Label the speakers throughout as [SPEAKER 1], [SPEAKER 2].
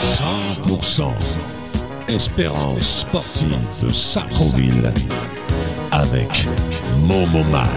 [SPEAKER 1] 100% Espérance sportive de Sacroville avec Momomad.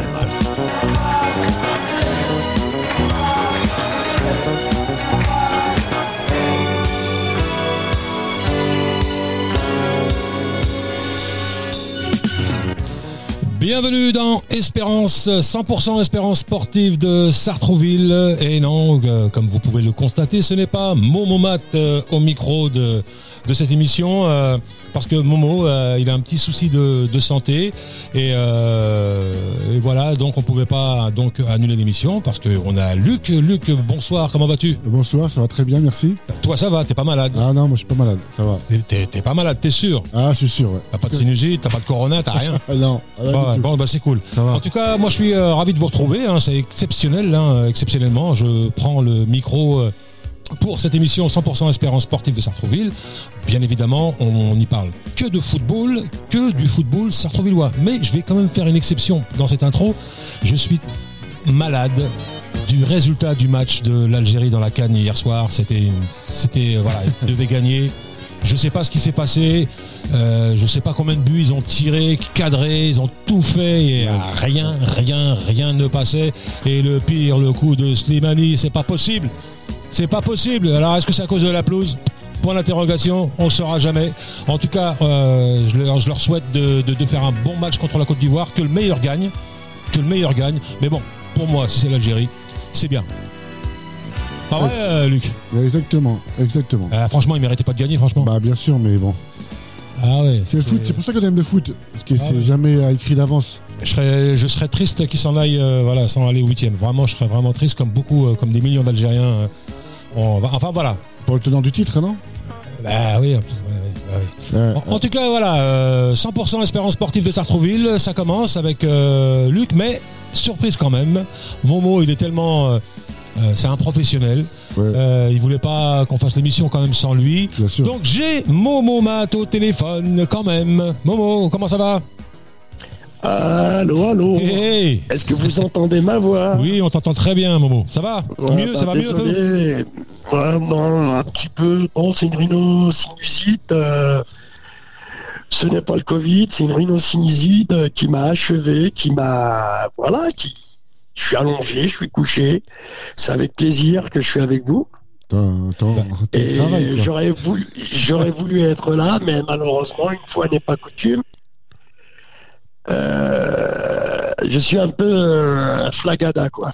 [SPEAKER 2] Bienvenue dans Espérance, 100% Espérance sportive de Sartrouville. Et non, euh, comme vous pouvez le constater, ce n'est pas Momo Mat euh, au micro de, de cette émission, euh, parce que Momo, euh, il a un petit souci de, de santé. Et, euh, et voilà, donc on ne pouvait pas donc, annuler l'émission, parce qu'on a Luc. Luc, bonsoir, comment vas-tu Bah,
[SPEAKER 3] Bonsoir, ça va très bien, merci.
[SPEAKER 2] Toi, ça va, t'es pas malade
[SPEAKER 3] Ah non, moi je suis pas malade, ça va.
[SPEAKER 2] T'es- T'es t'es pas malade, t'es sûr
[SPEAKER 3] Ah, je suis sûr, ouais.
[SPEAKER 2] T'as pas de sinusite, t'as pas de corona, t'as rien
[SPEAKER 3] Ah non, ah, là,
[SPEAKER 2] Bon,
[SPEAKER 3] du tout.
[SPEAKER 2] bon, bah, c'est cool.
[SPEAKER 3] ça
[SPEAKER 2] En
[SPEAKER 3] va.
[SPEAKER 2] tout cas, moi je suis euh, ravi de vous retrouver. hein. c'est exceptionnel, hein, euh, exceptionnellement. Je prends le micro euh, pour cette émission 100% Espérance sportive de Sartrouville. Bien évidemment, on n'y parle que de football, que du football sartrouvillois. Mais je vais quand même faire une exception dans cette intro. Je suis malade du résultat du match de l'Algérie dans la Cannes hier soir. C'était, c'était euh, voilà, ils devaient gagner. Je sais pas ce qui s'est passé. Euh, je sais pas combien de buts ils ont tiré, cadré, ils ont tout fait et euh, rien, rien, rien ne passait. Et le pire, le coup de Slimani, c'est pas possible. C'est pas possible. Alors est-ce que c'est à cause de la pelouse Point d'interrogation, on ne saura jamais. En tout cas, euh, je, leur, je leur souhaite de, de- de faire un bon match contre la Côte d'Ivoire, que le meilleur gagne, que le meilleur gagne. Mais bon, pour moi, si c'est l'Algérie, c'est bien. Pas vrai,
[SPEAKER 3] Ouais.
[SPEAKER 2] euh, Luc
[SPEAKER 3] Exactement, exactement.
[SPEAKER 2] Euh, Franchement, ils méritaient pas de gagner, franchement.
[SPEAKER 3] Bah bien sûr, mais bon.
[SPEAKER 2] ah ouais.
[SPEAKER 3] C'est le foot, c'est pour ça qu'on aime le foot. Parce que
[SPEAKER 2] Ah
[SPEAKER 3] c'est
[SPEAKER 2] ouais.
[SPEAKER 3] jamais euh, écrit d'avance.
[SPEAKER 2] Je serais, je serais triste qu'ils s'en aillent euh, voilà, sans aller au huitième. Vraiment, je serais vraiment triste, comme beaucoup, euh, comme des millions d'Algériens. euh, on va- enfin voilà.
[SPEAKER 3] Pour le tenant du titre, non
[SPEAKER 2] Bah oui, en plus, ouais, ouais, bah oui.
[SPEAKER 3] Euh,
[SPEAKER 2] En, en tout cas, voilà, euh, 100% espérance sportive de Sartrouville, ça commence avec euh, Luc, mais surprise quand même. Momo, il est tellement... euh, euh, c'est un professionnel.
[SPEAKER 3] Ouais.
[SPEAKER 2] Euh, il voulait pas qu'on fasse l'émission quand même sans lui.
[SPEAKER 3] Bien sûr.
[SPEAKER 2] Donc j'ai Momo Mat au téléphone quand même. Momo, comment ça va
[SPEAKER 4] Allô, allô.
[SPEAKER 2] Hey, hey.
[SPEAKER 4] Est-ce que vous entendez ma voix
[SPEAKER 2] Oui, on t'entend très bien, Momo. Ça va
[SPEAKER 4] Ouais,
[SPEAKER 2] Mieux,
[SPEAKER 4] bah,
[SPEAKER 2] ça va mieux un peu
[SPEAKER 4] désolé. Ouais, bon, un petit peu. Bon, c'est une rhinocinusite. euh, ce n'est pas le Covid, c'est une rhinocinusite euh, qui m'a achevé, qui m'a. Voilà, qui. Je suis allongé, je suis couché. C'est avec plaisir que je suis avec vous.
[SPEAKER 3] Attends, attends,
[SPEAKER 2] Bah,
[SPEAKER 3] t'es au
[SPEAKER 4] Et
[SPEAKER 3] travail, quoi.
[SPEAKER 4] j'aurais voulu, j'aurais voulu être là, mais malheureusement, une fois n'est pas coutume. Euh, je suis un peu euh, flagada, quoi.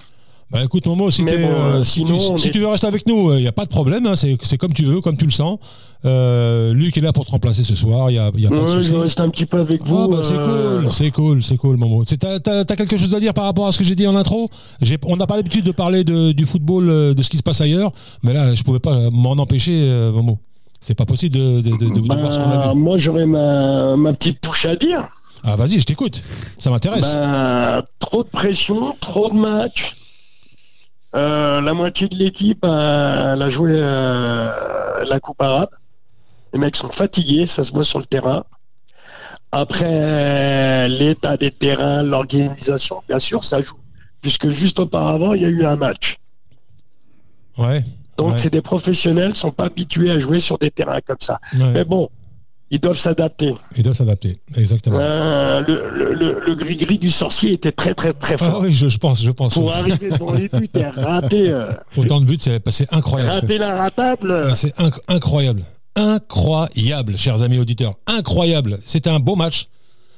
[SPEAKER 2] Bah écoute Momo, si,
[SPEAKER 4] Mais
[SPEAKER 2] t'es,
[SPEAKER 4] bon,
[SPEAKER 2] euh,
[SPEAKER 4] euh,
[SPEAKER 2] si
[SPEAKER 4] sinon,
[SPEAKER 2] tu,
[SPEAKER 4] on
[SPEAKER 2] si
[SPEAKER 4] est-
[SPEAKER 2] tu veux rester avec nous, il n'y a pas de problème, hein, c'est c'est comme tu veux, comme tu le sens. Euh, Luc est là pour te remplacer ce soir, il n'y a, y a pas de
[SPEAKER 4] Ouais,
[SPEAKER 2] souci.
[SPEAKER 4] je reste un petit peu avec
[SPEAKER 2] Ah,
[SPEAKER 4] vous.
[SPEAKER 2] bah, c'est
[SPEAKER 4] euh,
[SPEAKER 2] cool, c'est cool, c'est cool Momo. C'est- T'as t'as- t'as quelque chose à dire par rapport à ce que j'ai dit en intro J'ai- On n'a pas l'habitude de parler de- du football, euh, de ce qui se passe ailleurs, mais là je pouvais pas m'en empêcher euh, Momo. C'est pas possible de, de, de, de- de voir ce qu'on a
[SPEAKER 4] bah,
[SPEAKER 2] vu.
[SPEAKER 4] moi, j'aurais ma, ma petite touche à dire.
[SPEAKER 2] Ah vas-y, je t'écoute, ça m'intéresse.
[SPEAKER 4] Bah, trop de pression, trop de matchs. Euh, la moitié de l'équipe, euh, elle a joué euh, la Coupe arabe. Les mecs sont fatigués, ça se voit sur le terrain. Après, euh, l'état des terrains, l'organisation, bien sûr, ça joue. Puisque juste auparavant, il y a eu un match.
[SPEAKER 2] Ouais,
[SPEAKER 4] Donc,
[SPEAKER 2] Ouais.
[SPEAKER 4] c'est des professionnels qui sont pas habitués à jouer sur des terrains comme ça. Mais
[SPEAKER 2] ouais,
[SPEAKER 4] bon, ils doivent s'adapter.
[SPEAKER 2] ils doivent s'adapter, exactement.
[SPEAKER 4] Euh, le- le le- le gris-gris du sorcier était très, très, très fort.
[SPEAKER 2] Ah oui, je, je pense, je pense.
[SPEAKER 4] pour arriver devant les buts et rater, euh,
[SPEAKER 2] Autant de buts, c'est c'est incroyable.
[SPEAKER 4] rater la ratable. euh,
[SPEAKER 2] Ah, C'est inc- incroyable. Incroyable, chers amis auditeurs. Incroyable. C'était un beau match.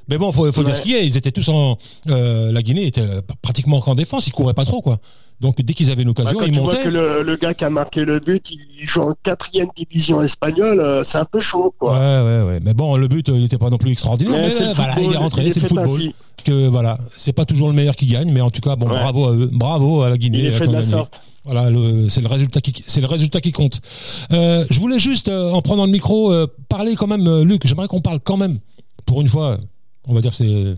[SPEAKER 2] Mais bon, faut, faut dire
[SPEAKER 4] Ouais.
[SPEAKER 2] ce qu'il y a. Ils étaient tous en. euh, la Guinée était euh, pratiquement qu'en défense. Ils couraient pas trop, quoi. Donc, dès qu'ils avaient une
[SPEAKER 4] bah,
[SPEAKER 2] occasion,
[SPEAKER 4] quand
[SPEAKER 2] ils
[SPEAKER 4] tu vois
[SPEAKER 2] montaient.
[SPEAKER 4] que le, le gars qui a marqué le but, il joue en quatrième division espagnole, euh, c'est un peu chaud.
[SPEAKER 2] Ouais,
[SPEAKER 4] Quoi.
[SPEAKER 2] ouais, ouais. Mais bon, le but euh, il n'était pas non plus extraordinaire. Mais,
[SPEAKER 4] c'est
[SPEAKER 2] euh,
[SPEAKER 4] le
[SPEAKER 2] voilà,
[SPEAKER 4] football,
[SPEAKER 2] il est rentré,
[SPEAKER 4] il
[SPEAKER 2] c'est le
[SPEAKER 4] fait
[SPEAKER 2] football.
[SPEAKER 4] ainsi.
[SPEAKER 2] Que voilà, c'est pas toujours le meilleur qui gagne, mais en tout cas, bon,
[SPEAKER 4] Ouais.
[SPEAKER 2] bravo à eux, bravo à la Guinée.
[SPEAKER 4] Il est
[SPEAKER 2] euh,
[SPEAKER 4] fait
[SPEAKER 2] qui ont
[SPEAKER 4] de la
[SPEAKER 2] gagné.
[SPEAKER 4] sorte.
[SPEAKER 2] Voilà, le- c'est le résultat qui c'est le résultat qui compte. Euh, je voulais juste euh, en prenant le micro euh, parler quand même, euh, Luc. J'aimerais qu'on parle quand même pour une fois. On va dire c'est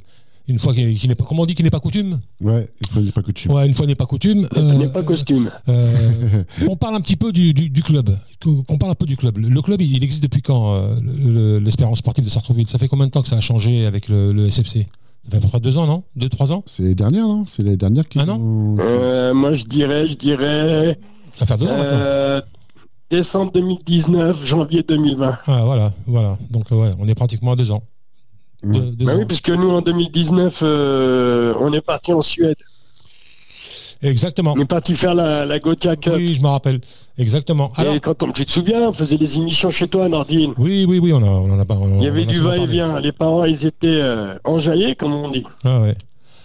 [SPEAKER 2] une fois qu'il qu'il n'est pas, comment on dit qu'il n'est pas coutume
[SPEAKER 3] Ouais, il faut dire pas que tu.
[SPEAKER 2] Ouais, une fois n'est pas coutume.
[SPEAKER 4] Il
[SPEAKER 2] euh,
[SPEAKER 4] n'est pas costume.
[SPEAKER 2] euh, on parle un petit peu du, du- du club. Qu'on qu'on parle un peu du club. Le, le club, il, il existe depuis quand euh, le- le- l'Espérance sportive de Sartrouville Ça fait combien de temps que ça a changé avec le, le SFC Ça fait à peu près deux ans, non Deux, trois ans
[SPEAKER 3] C'est les dernières, non C'est les dernières qui.
[SPEAKER 2] Ah non
[SPEAKER 3] ont-
[SPEAKER 4] Euh, moi, je dirais, je dirais
[SPEAKER 2] Ça va faire deux ans maintenant.
[SPEAKER 4] euh, décembre 2019, janvier 2020.
[SPEAKER 2] Ah, voilà, voilà. Donc euh, ouais, on est pratiquement à deux ans.
[SPEAKER 3] Ouais.
[SPEAKER 2] Deux- deux
[SPEAKER 4] Bah
[SPEAKER 2] ans.
[SPEAKER 4] oui, puisque nous, en 2019, euh, on est parti en Suède.
[SPEAKER 2] Exactement.
[SPEAKER 4] On est parti faire la, la Gothia Cup.
[SPEAKER 2] Oui, je me rappelle. Exactement. Alors,
[SPEAKER 4] Et quand on, tu te souviens, on faisait des émissions chez toi, Nordine.
[SPEAKER 2] oui, oui, oui, on, a, on en a pas. on-
[SPEAKER 4] Il y
[SPEAKER 2] on
[SPEAKER 4] avait
[SPEAKER 2] en a
[SPEAKER 4] du
[SPEAKER 2] souvent parlé.
[SPEAKER 4] va-et-vient. Les parents, ils étaient euh, enjaillés, comme on dit.
[SPEAKER 2] Ah ouais.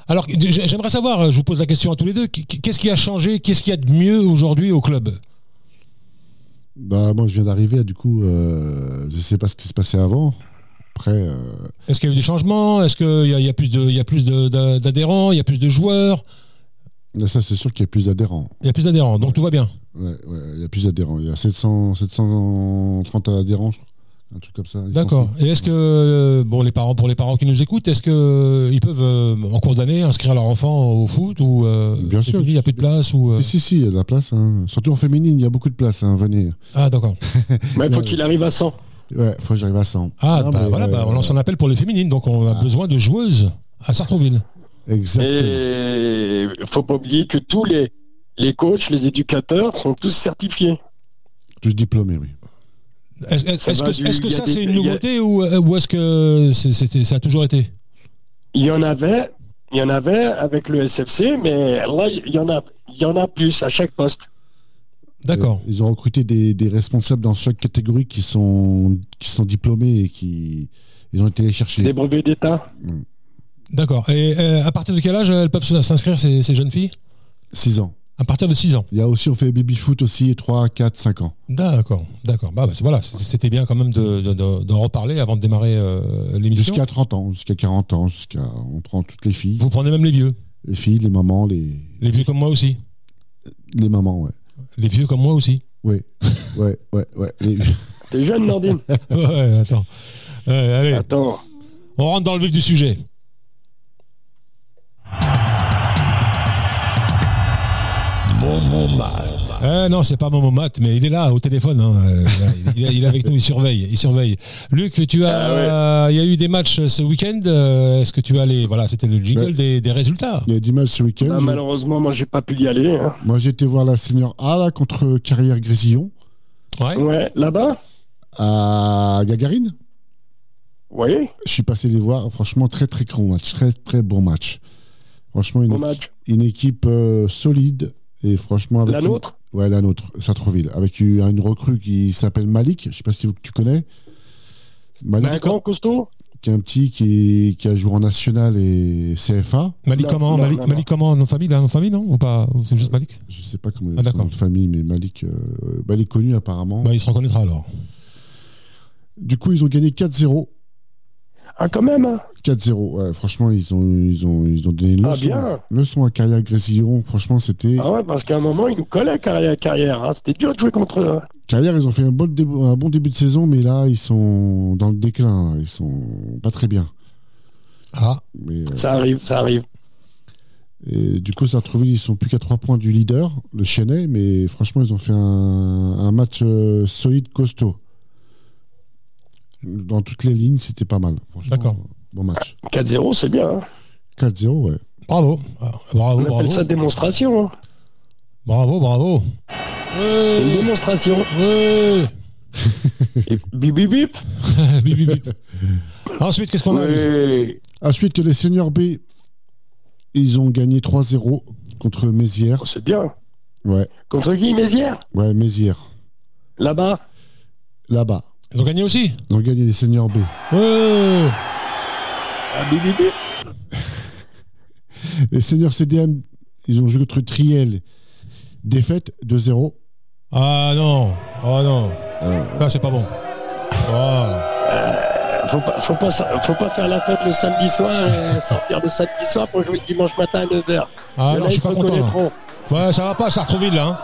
[SPEAKER 2] Alors, j'ai- j'aimerais savoir, euh, je vous pose la question à tous les deux, qu- qu- qu'est-ce qui a changé, qu'est-ce qu'il y a de mieux aujourd'hui au club
[SPEAKER 3] Bah, moi, je viens d'arriver, du coup, euh, je sais pas ce qui se passait avant. Après, euh,
[SPEAKER 2] Est-ce qu'il y a eu des changements Est-ce qu'il y, a- il y a plus de- il y a plus de- d'a- d'adhérents Il y a plus de joueurs
[SPEAKER 3] là, ça, c'est sûr qu'il y a plus d'adhérents.
[SPEAKER 2] Il y a plus d'adhérents, donc tout va bien.
[SPEAKER 3] Ouais, ouais, il y a plus d'adhérents. Il y a 700, 730 adhérents, je crois. Un truc comme ça.
[SPEAKER 2] D'accord. Et est-ce que, euh, bon, les parents, pour les parents qui nous écoutent, est-ce qu'ils peuvent, euh, en cours d'année, inscrire leur enfant au foot ou euh,
[SPEAKER 3] Bien
[SPEAKER 2] c'est
[SPEAKER 3] sûr.
[SPEAKER 2] fini, Il n'y a plus de place ou, euh,
[SPEAKER 3] Si, si, si, il y a de la place. hein. Surtout en féminine, il y a beaucoup de place. Hein, venez.
[SPEAKER 2] Ah, d'accord.
[SPEAKER 4] Mais il
[SPEAKER 3] Ouais.
[SPEAKER 4] faut qu'il arrive à 100.
[SPEAKER 3] Ouais, faut que j'arrive à 100.
[SPEAKER 2] Ah,
[SPEAKER 3] Non,
[SPEAKER 2] bah,
[SPEAKER 3] mais,
[SPEAKER 2] voilà,
[SPEAKER 3] euh,
[SPEAKER 2] bah, on lance un appel pour les féminines, donc on a
[SPEAKER 3] Ah.
[SPEAKER 2] besoin de joueuses à Sartrouville.
[SPEAKER 3] Exactement.
[SPEAKER 4] Et il faut pas oublier que tous les, les coachs, les éducateurs sont tous certifiés.
[SPEAKER 3] Tous diplômés, oui.
[SPEAKER 2] Est-ce est-ce
[SPEAKER 4] Ça va
[SPEAKER 2] que,
[SPEAKER 4] du-
[SPEAKER 2] est-ce que
[SPEAKER 4] il y a
[SPEAKER 2] ça,
[SPEAKER 4] des-
[SPEAKER 2] c'est une
[SPEAKER 4] il y a-
[SPEAKER 2] nouveauté ou, euh, ou est-ce que c'est- c'était- ça a toujours été
[SPEAKER 4] Il y en avait, il y en avait avec le SFC, mais là, il y en a, il y en a plus à chaque poste.
[SPEAKER 2] D'accord.
[SPEAKER 3] Euh, Ils ont recruté des, des responsables dans chaque catégorie qui sont, qui sont diplômés et qui ils ont été chercher.
[SPEAKER 4] Des brevets d'État.
[SPEAKER 2] D'accord. Et euh, à partir de quel âge elles peuvent s'inscrire, ces, ces jeunes filles
[SPEAKER 3] 6 ans.
[SPEAKER 2] À partir de 6 ans.
[SPEAKER 3] Il y a aussi, on fait baby foot aussi, 3, 4, 5 ans.
[SPEAKER 2] D'accord, d'accord. Bah, bah, c'est- voilà, c- c'était bien quand même de- de- de- d'en reparler avant de démarrer euh, l'émission.
[SPEAKER 3] Jusqu'à 30 ans, jusqu'à 40 ans, jusqu'à. On prend toutes les filles.
[SPEAKER 2] Vous prenez même les vieux.
[SPEAKER 3] Les filles, les mamans, les,
[SPEAKER 2] Les vieux comme moi aussi.
[SPEAKER 3] les mamans, ouais.
[SPEAKER 2] Les vieux comme moi aussi.
[SPEAKER 3] Ouais, ouais, ouais, ouais. Les-
[SPEAKER 4] T'es jeune, Nordine.
[SPEAKER 2] ouais, attends. Euh, allez,
[SPEAKER 4] Attends.
[SPEAKER 2] on rentre dans le vif du sujet.
[SPEAKER 1] Momo Mat.
[SPEAKER 2] Euh, non, c'est pas Momo Mat, mais il est là au téléphone. hein. Euh, voilà, il, est- il est avec nous, il surveille, il surveille. Luc, tu as,
[SPEAKER 4] Ah
[SPEAKER 2] il y a eu des matchs ce week-end. euh, Est-ce que tu as les, voilà, c'était le jingle
[SPEAKER 3] Ouais.
[SPEAKER 2] des, des résultats.
[SPEAKER 3] Il y a du match ce week-end.
[SPEAKER 4] Bah,
[SPEAKER 3] Je-
[SPEAKER 4] malheureusement, moi, j'ai pas pu y aller. hein.
[SPEAKER 3] Moi, j'ai été voir la senior A là, contre Carrière Grésillon
[SPEAKER 2] Ouais.
[SPEAKER 4] Ouais, là-bas.
[SPEAKER 3] à Gagarine.
[SPEAKER 4] Oui,
[SPEAKER 3] Je suis passé les voir. Franchement, très, très gros match. Très, très bon match. Franchement, une,
[SPEAKER 4] bon
[SPEAKER 3] équi-
[SPEAKER 4] match.
[SPEAKER 3] une équipe euh, solide. Et franchement, avec
[SPEAKER 4] La
[SPEAKER 3] une-
[SPEAKER 4] nôtre.
[SPEAKER 3] Ouais, la nôtre, Sartreville. Avec une, une recrue qui s'appelle Malik. Je sais pas si tu connais. Malik,
[SPEAKER 4] Un grand costaud.
[SPEAKER 3] qui est un petit qui, qui a joué en national et CFA.
[SPEAKER 2] Malik
[SPEAKER 4] Non,
[SPEAKER 2] comment
[SPEAKER 4] non,
[SPEAKER 2] Malik,
[SPEAKER 4] non,
[SPEAKER 2] Malik comment Nom de famille, là, nom de famille non ou pas Ou c'est juste Malik
[SPEAKER 3] Je sais pas comment
[SPEAKER 2] Ah,
[SPEAKER 3] il a
[SPEAKER 2] d'accord.
[SPEAKER 3] son nom de famille, mais Malik, euh, bah, il est connu apparemment.
[SPEAKER 2] Bah, il se reconnaîtra alors.
[SPEAKER 3] Du coup, ils ont gagné 4-0.
[SPEAKER 4] Ah, quand même. hein.
[SPEAKER 3] 4-0, ouais, franchement, ils ont, ils ont, ils ont donné une
[SPEAKER 4] Ah,
[SPEAKER 3] leçon,
[SPEAKER 4] bien.
[SPEAKER 3] leçon à Carrière Grésillon. Franchement, c'était.
[SPEAKER 4] Ah ouais, parce qu'à un moment, ils nous collaient carrière. carrière hein. C'était dur de jouer contre eux.
[SPEAKER 3] Carrière, ils ont fait un bon, dé- un bon début de saison, mais là, ils sont dans le déclin. là. Ils sont pas très bien.
[SPEAKER 2] Ah,
[SPEAKER 3] Mais, euh,
[SPEAKER 4] Ça arrive, ça arrive.
[SPEAKER 3] et du coup, ça a trouvé, ils sont plus qu'à 3 points du leader, le Chenet, mais franchement, ils ont fait un, un match euh, solide, costaud. Dans toutes les lignes, c'était pas mal. Franchement, euh,
[SPEAKER 2] D'accord.
[SPEAKER 3] Bon match.
[SPEAKER 4] 4-0, c'est bien. hein.
[SPEAKER 3] 4-0, ouais.
[SPEAKER 2] bravo. Ah, Bravo,
[SPEAKER 4] On appelle
[SPEAKER 2] Oh, bravo.
[SPEAKER 4] ça démonstration. hein.
[SPEAKER 2] Bravo, bravo.
[SPEAKER 4] Une
[SPEAKER 2] Ouais,
[SPEAKER 4] démonstration.
[SPEAKER 2] ouais.
[SPEAKER 4] Et bip, bip, bip.
[SPEAKER 2] Bip, bip, bip. Ensuite, qu'est-ce qu'on a Luc
[SPEAKER 4] Ouais.
[SPEAKER 3] Ensuite, les seniors B, ils ont gagné 3-0 contre Mézières.
[SPEAKER 4] Oh, C'est bien.
[SPEAKER 3] Ouais,
[SPEAKER 4] Contre qui, Mézières
[SPEAKER 3] ouais, Mézières,
[SPEAKER 4] Là-bas
[SPEAKER 3] là-bas.
[SPEAKER 2] Ils ont gagné aussi
[SPEAKER 3] Ils ont gagné les seniors B.
[SPEAKER 2] Ouais.
[SPEAKER 4] Ah, bip, bip, bip.
[SPEAKER 3] Les seniors CDM, ils ont joué contre Triel. Défaite 2-0.
[SPEAKER 2] Ah non, oh non.
[SPEAKER 4] Ah.
[SPEAKER 2] Ça, c'est pas bon. Voilà.
[SPEAKER 4] Faut pas, faut, pas, sa- faut pas faire la fête le samedi soir et sortir le samedi soir pour jouer le dimanche matin à 9h.
[SPEAKER 2] Ah non, je suis
[SPEAKER 4] ils se
[SPEAKER 2] pas content. là.
[SPEAKER 4] reconnaîtront.
[SPEAKER 2] Ouais, ça va pas, Sartrouville, là. hein.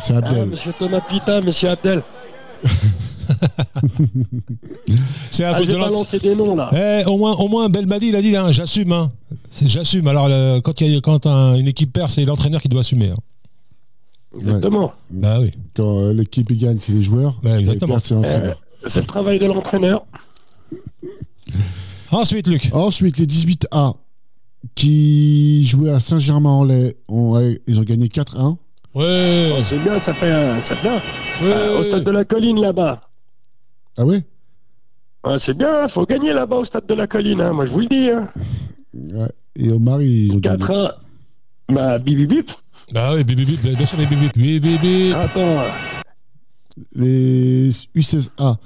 [SPEAKER 3] C'est
[SPEAKER 4] Ah,
[SPEAKER 3] Abdel.
[SPEAKER 4] monsieur Thomas Pita, monsieur Abdel.
[SPEAKER 2] C'est à
[SPEAKER 4] Ah,
[SPEAKER 2] cause de
[SPEAKER 4] j'ai pas
[SPEAKER 2] l'autre.
[SPEAKER 4] lancé des noms là.
[SPEAKER 2] Eh, au moins, au moins, Belmadi, il a dit, hein, j'assume. Hein. C'est- J'assume. Alors, le- quand, il y a- quand un- une équipe perd, c'est l'entraîneur qui doit assumer. hein.
[SPEAKER 4] Exactement.
[SPEAKER 2] Bah oui.
[SPEAKER 3] Quand euh, l'équipe il gagne, c'est les joueurs.
[SPEAKER 2] Ouais,
[SPEAKER 3] Et
[SPEAKER 2] exactement.
[SPEAKER 3] perdre, c'est l'entraîneur.
[SPEAKER 4] C'est le travail de l'entraîneur.
[SPEAKER 2] Ensuite, Luc.
[SPEAKER 3] Ensuite, les 18A qui jouaient à Saint-Germain-en-Laye, ont- ils ont gagné 4-1.
[SPEAKER 2] Ouais.
[SPEAKER 4] C'est bien, ça fait, un- c'est bien.
[SPEAKER 2] ouais.
[SPEAKER 4] Euh, au stade de la colline là-bas.
[SPEAKER 3] Ah ouais,
[SPEAKER 4] Ouais, c'est bien, hein, faut gagner là-bas au stade de la colline, hein, moi je vous le dis. Hein.
[SPEAKER 3] Ouais. Et Omar, ils ont gagné.
[SPEAKER 4] 4-1. Bah, bip bip bip.
[SPEAKER 2] Bah oui, bip, bip, bip, bien sûr, bip, bip, bip, bip, bip, bip.
[SPEAKER 4] Attends, euh,
[SPEAKER 3] Les U16A,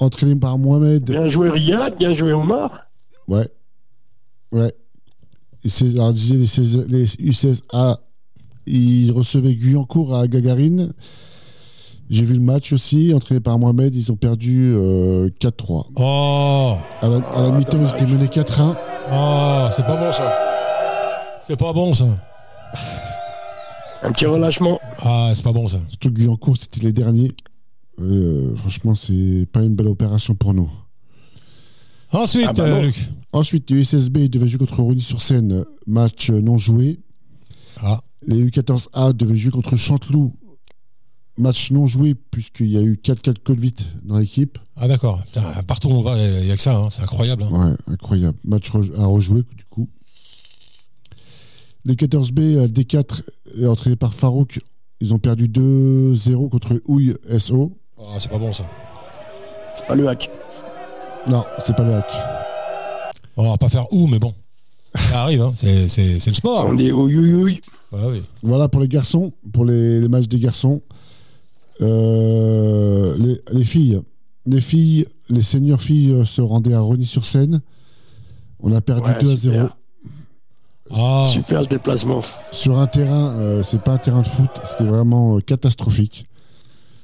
[SPEAKER 3] entraînés par Mohamed.
[SPEAKER 4] bien joué Riyad, bien joué Omar.
[SPEAKER 3] Ouais. Ouais. Et c'est- alors, je disais, les, 16 les U16A, ils recevaient Guyancourt à Gagarine. J'ai vu le match aussi, entraîné par Mohamed, ils ont perdu euh, 4-3.
[SPEAKER 2] Oh,
[SPEAKER 3] À la, à la
[SPEAKER 4] Ah,
[SPEAKER 3] mi-temps, ils
[SPEAKER 4] dommage.
[SPEAKER 3] étaient menés 4-1.
[SPEAKER 2] oh, c'est pas bon ça. C'est pas bon ça.
[SPEAKER 4] Un petit relâchement.
[SPEAKER 2] Ah, c'est pas bon ça.
[SPEAKER 3] Surtout que Guyancourt, c'était les derniers. Euh, franchement, c'est pas une belle opération pour nous.
[SPEAKER 2] Ensuite,
[SPEAKER 4] Ah bah
[SPEAKER 2] euh,
[SPEAKER 4] non.
[SPEAKER 2] Luc.
[SPEAKER 3] Ensuite, les USSB ils devaient jouer contre Ronny sur seine match euh, non joué.
[SPEAKER 2] Ah.
[SPEAKER 3] Les U14A devaient jouer contre Chanteloup, match non joué, puisqu'il y a eu 4-4 Covid dans l'équipe.
[SPEAKER 2] Ah d'accord. Putain, Partout où on va, il y a que ça. hein. C'est incroyable. hein.
[SPEAKER 3] Ouais, incroyable. Match re- à rejouer, du coup. Les 14B, euh, D4, euh, entraînés par Farouk, ils ont perdu 2-0 contre Houille SO.
[SPEAKER 2] Ah, c'est pas bon ça.
[SPEAKER 4] C'est pas le hack.
[SPEAKER 3] Non, c'est pas le hack.
[SPEAKER 2] On va pas faire où, mais bon. Ça arrive, hein. c'est, c'est- c'est le sport.
[SPEAKER 4] On dit ouïe ouïe ouïe.
[SPEAKER 2] Bah oui.
[SPEAKER 3] Voilà pour les garçons, pour les, les matchs des garçons. Euh, les, les filles, les filles, les seniors filles euh, se rendaient à Rony-sur-Seine. On a perdu
[SPEAKER 4] Ouais,
[SPEAKER 3] 2 à 0
[SPEAKER 4] super.
[SPEAKER 2] Ah,
[SPEAKER 4] Super le déplacement.
[SPEAKER 3] sur un terrain. euh, c'est pas un terrain de foot, c'était vraiment euh, catastrophique.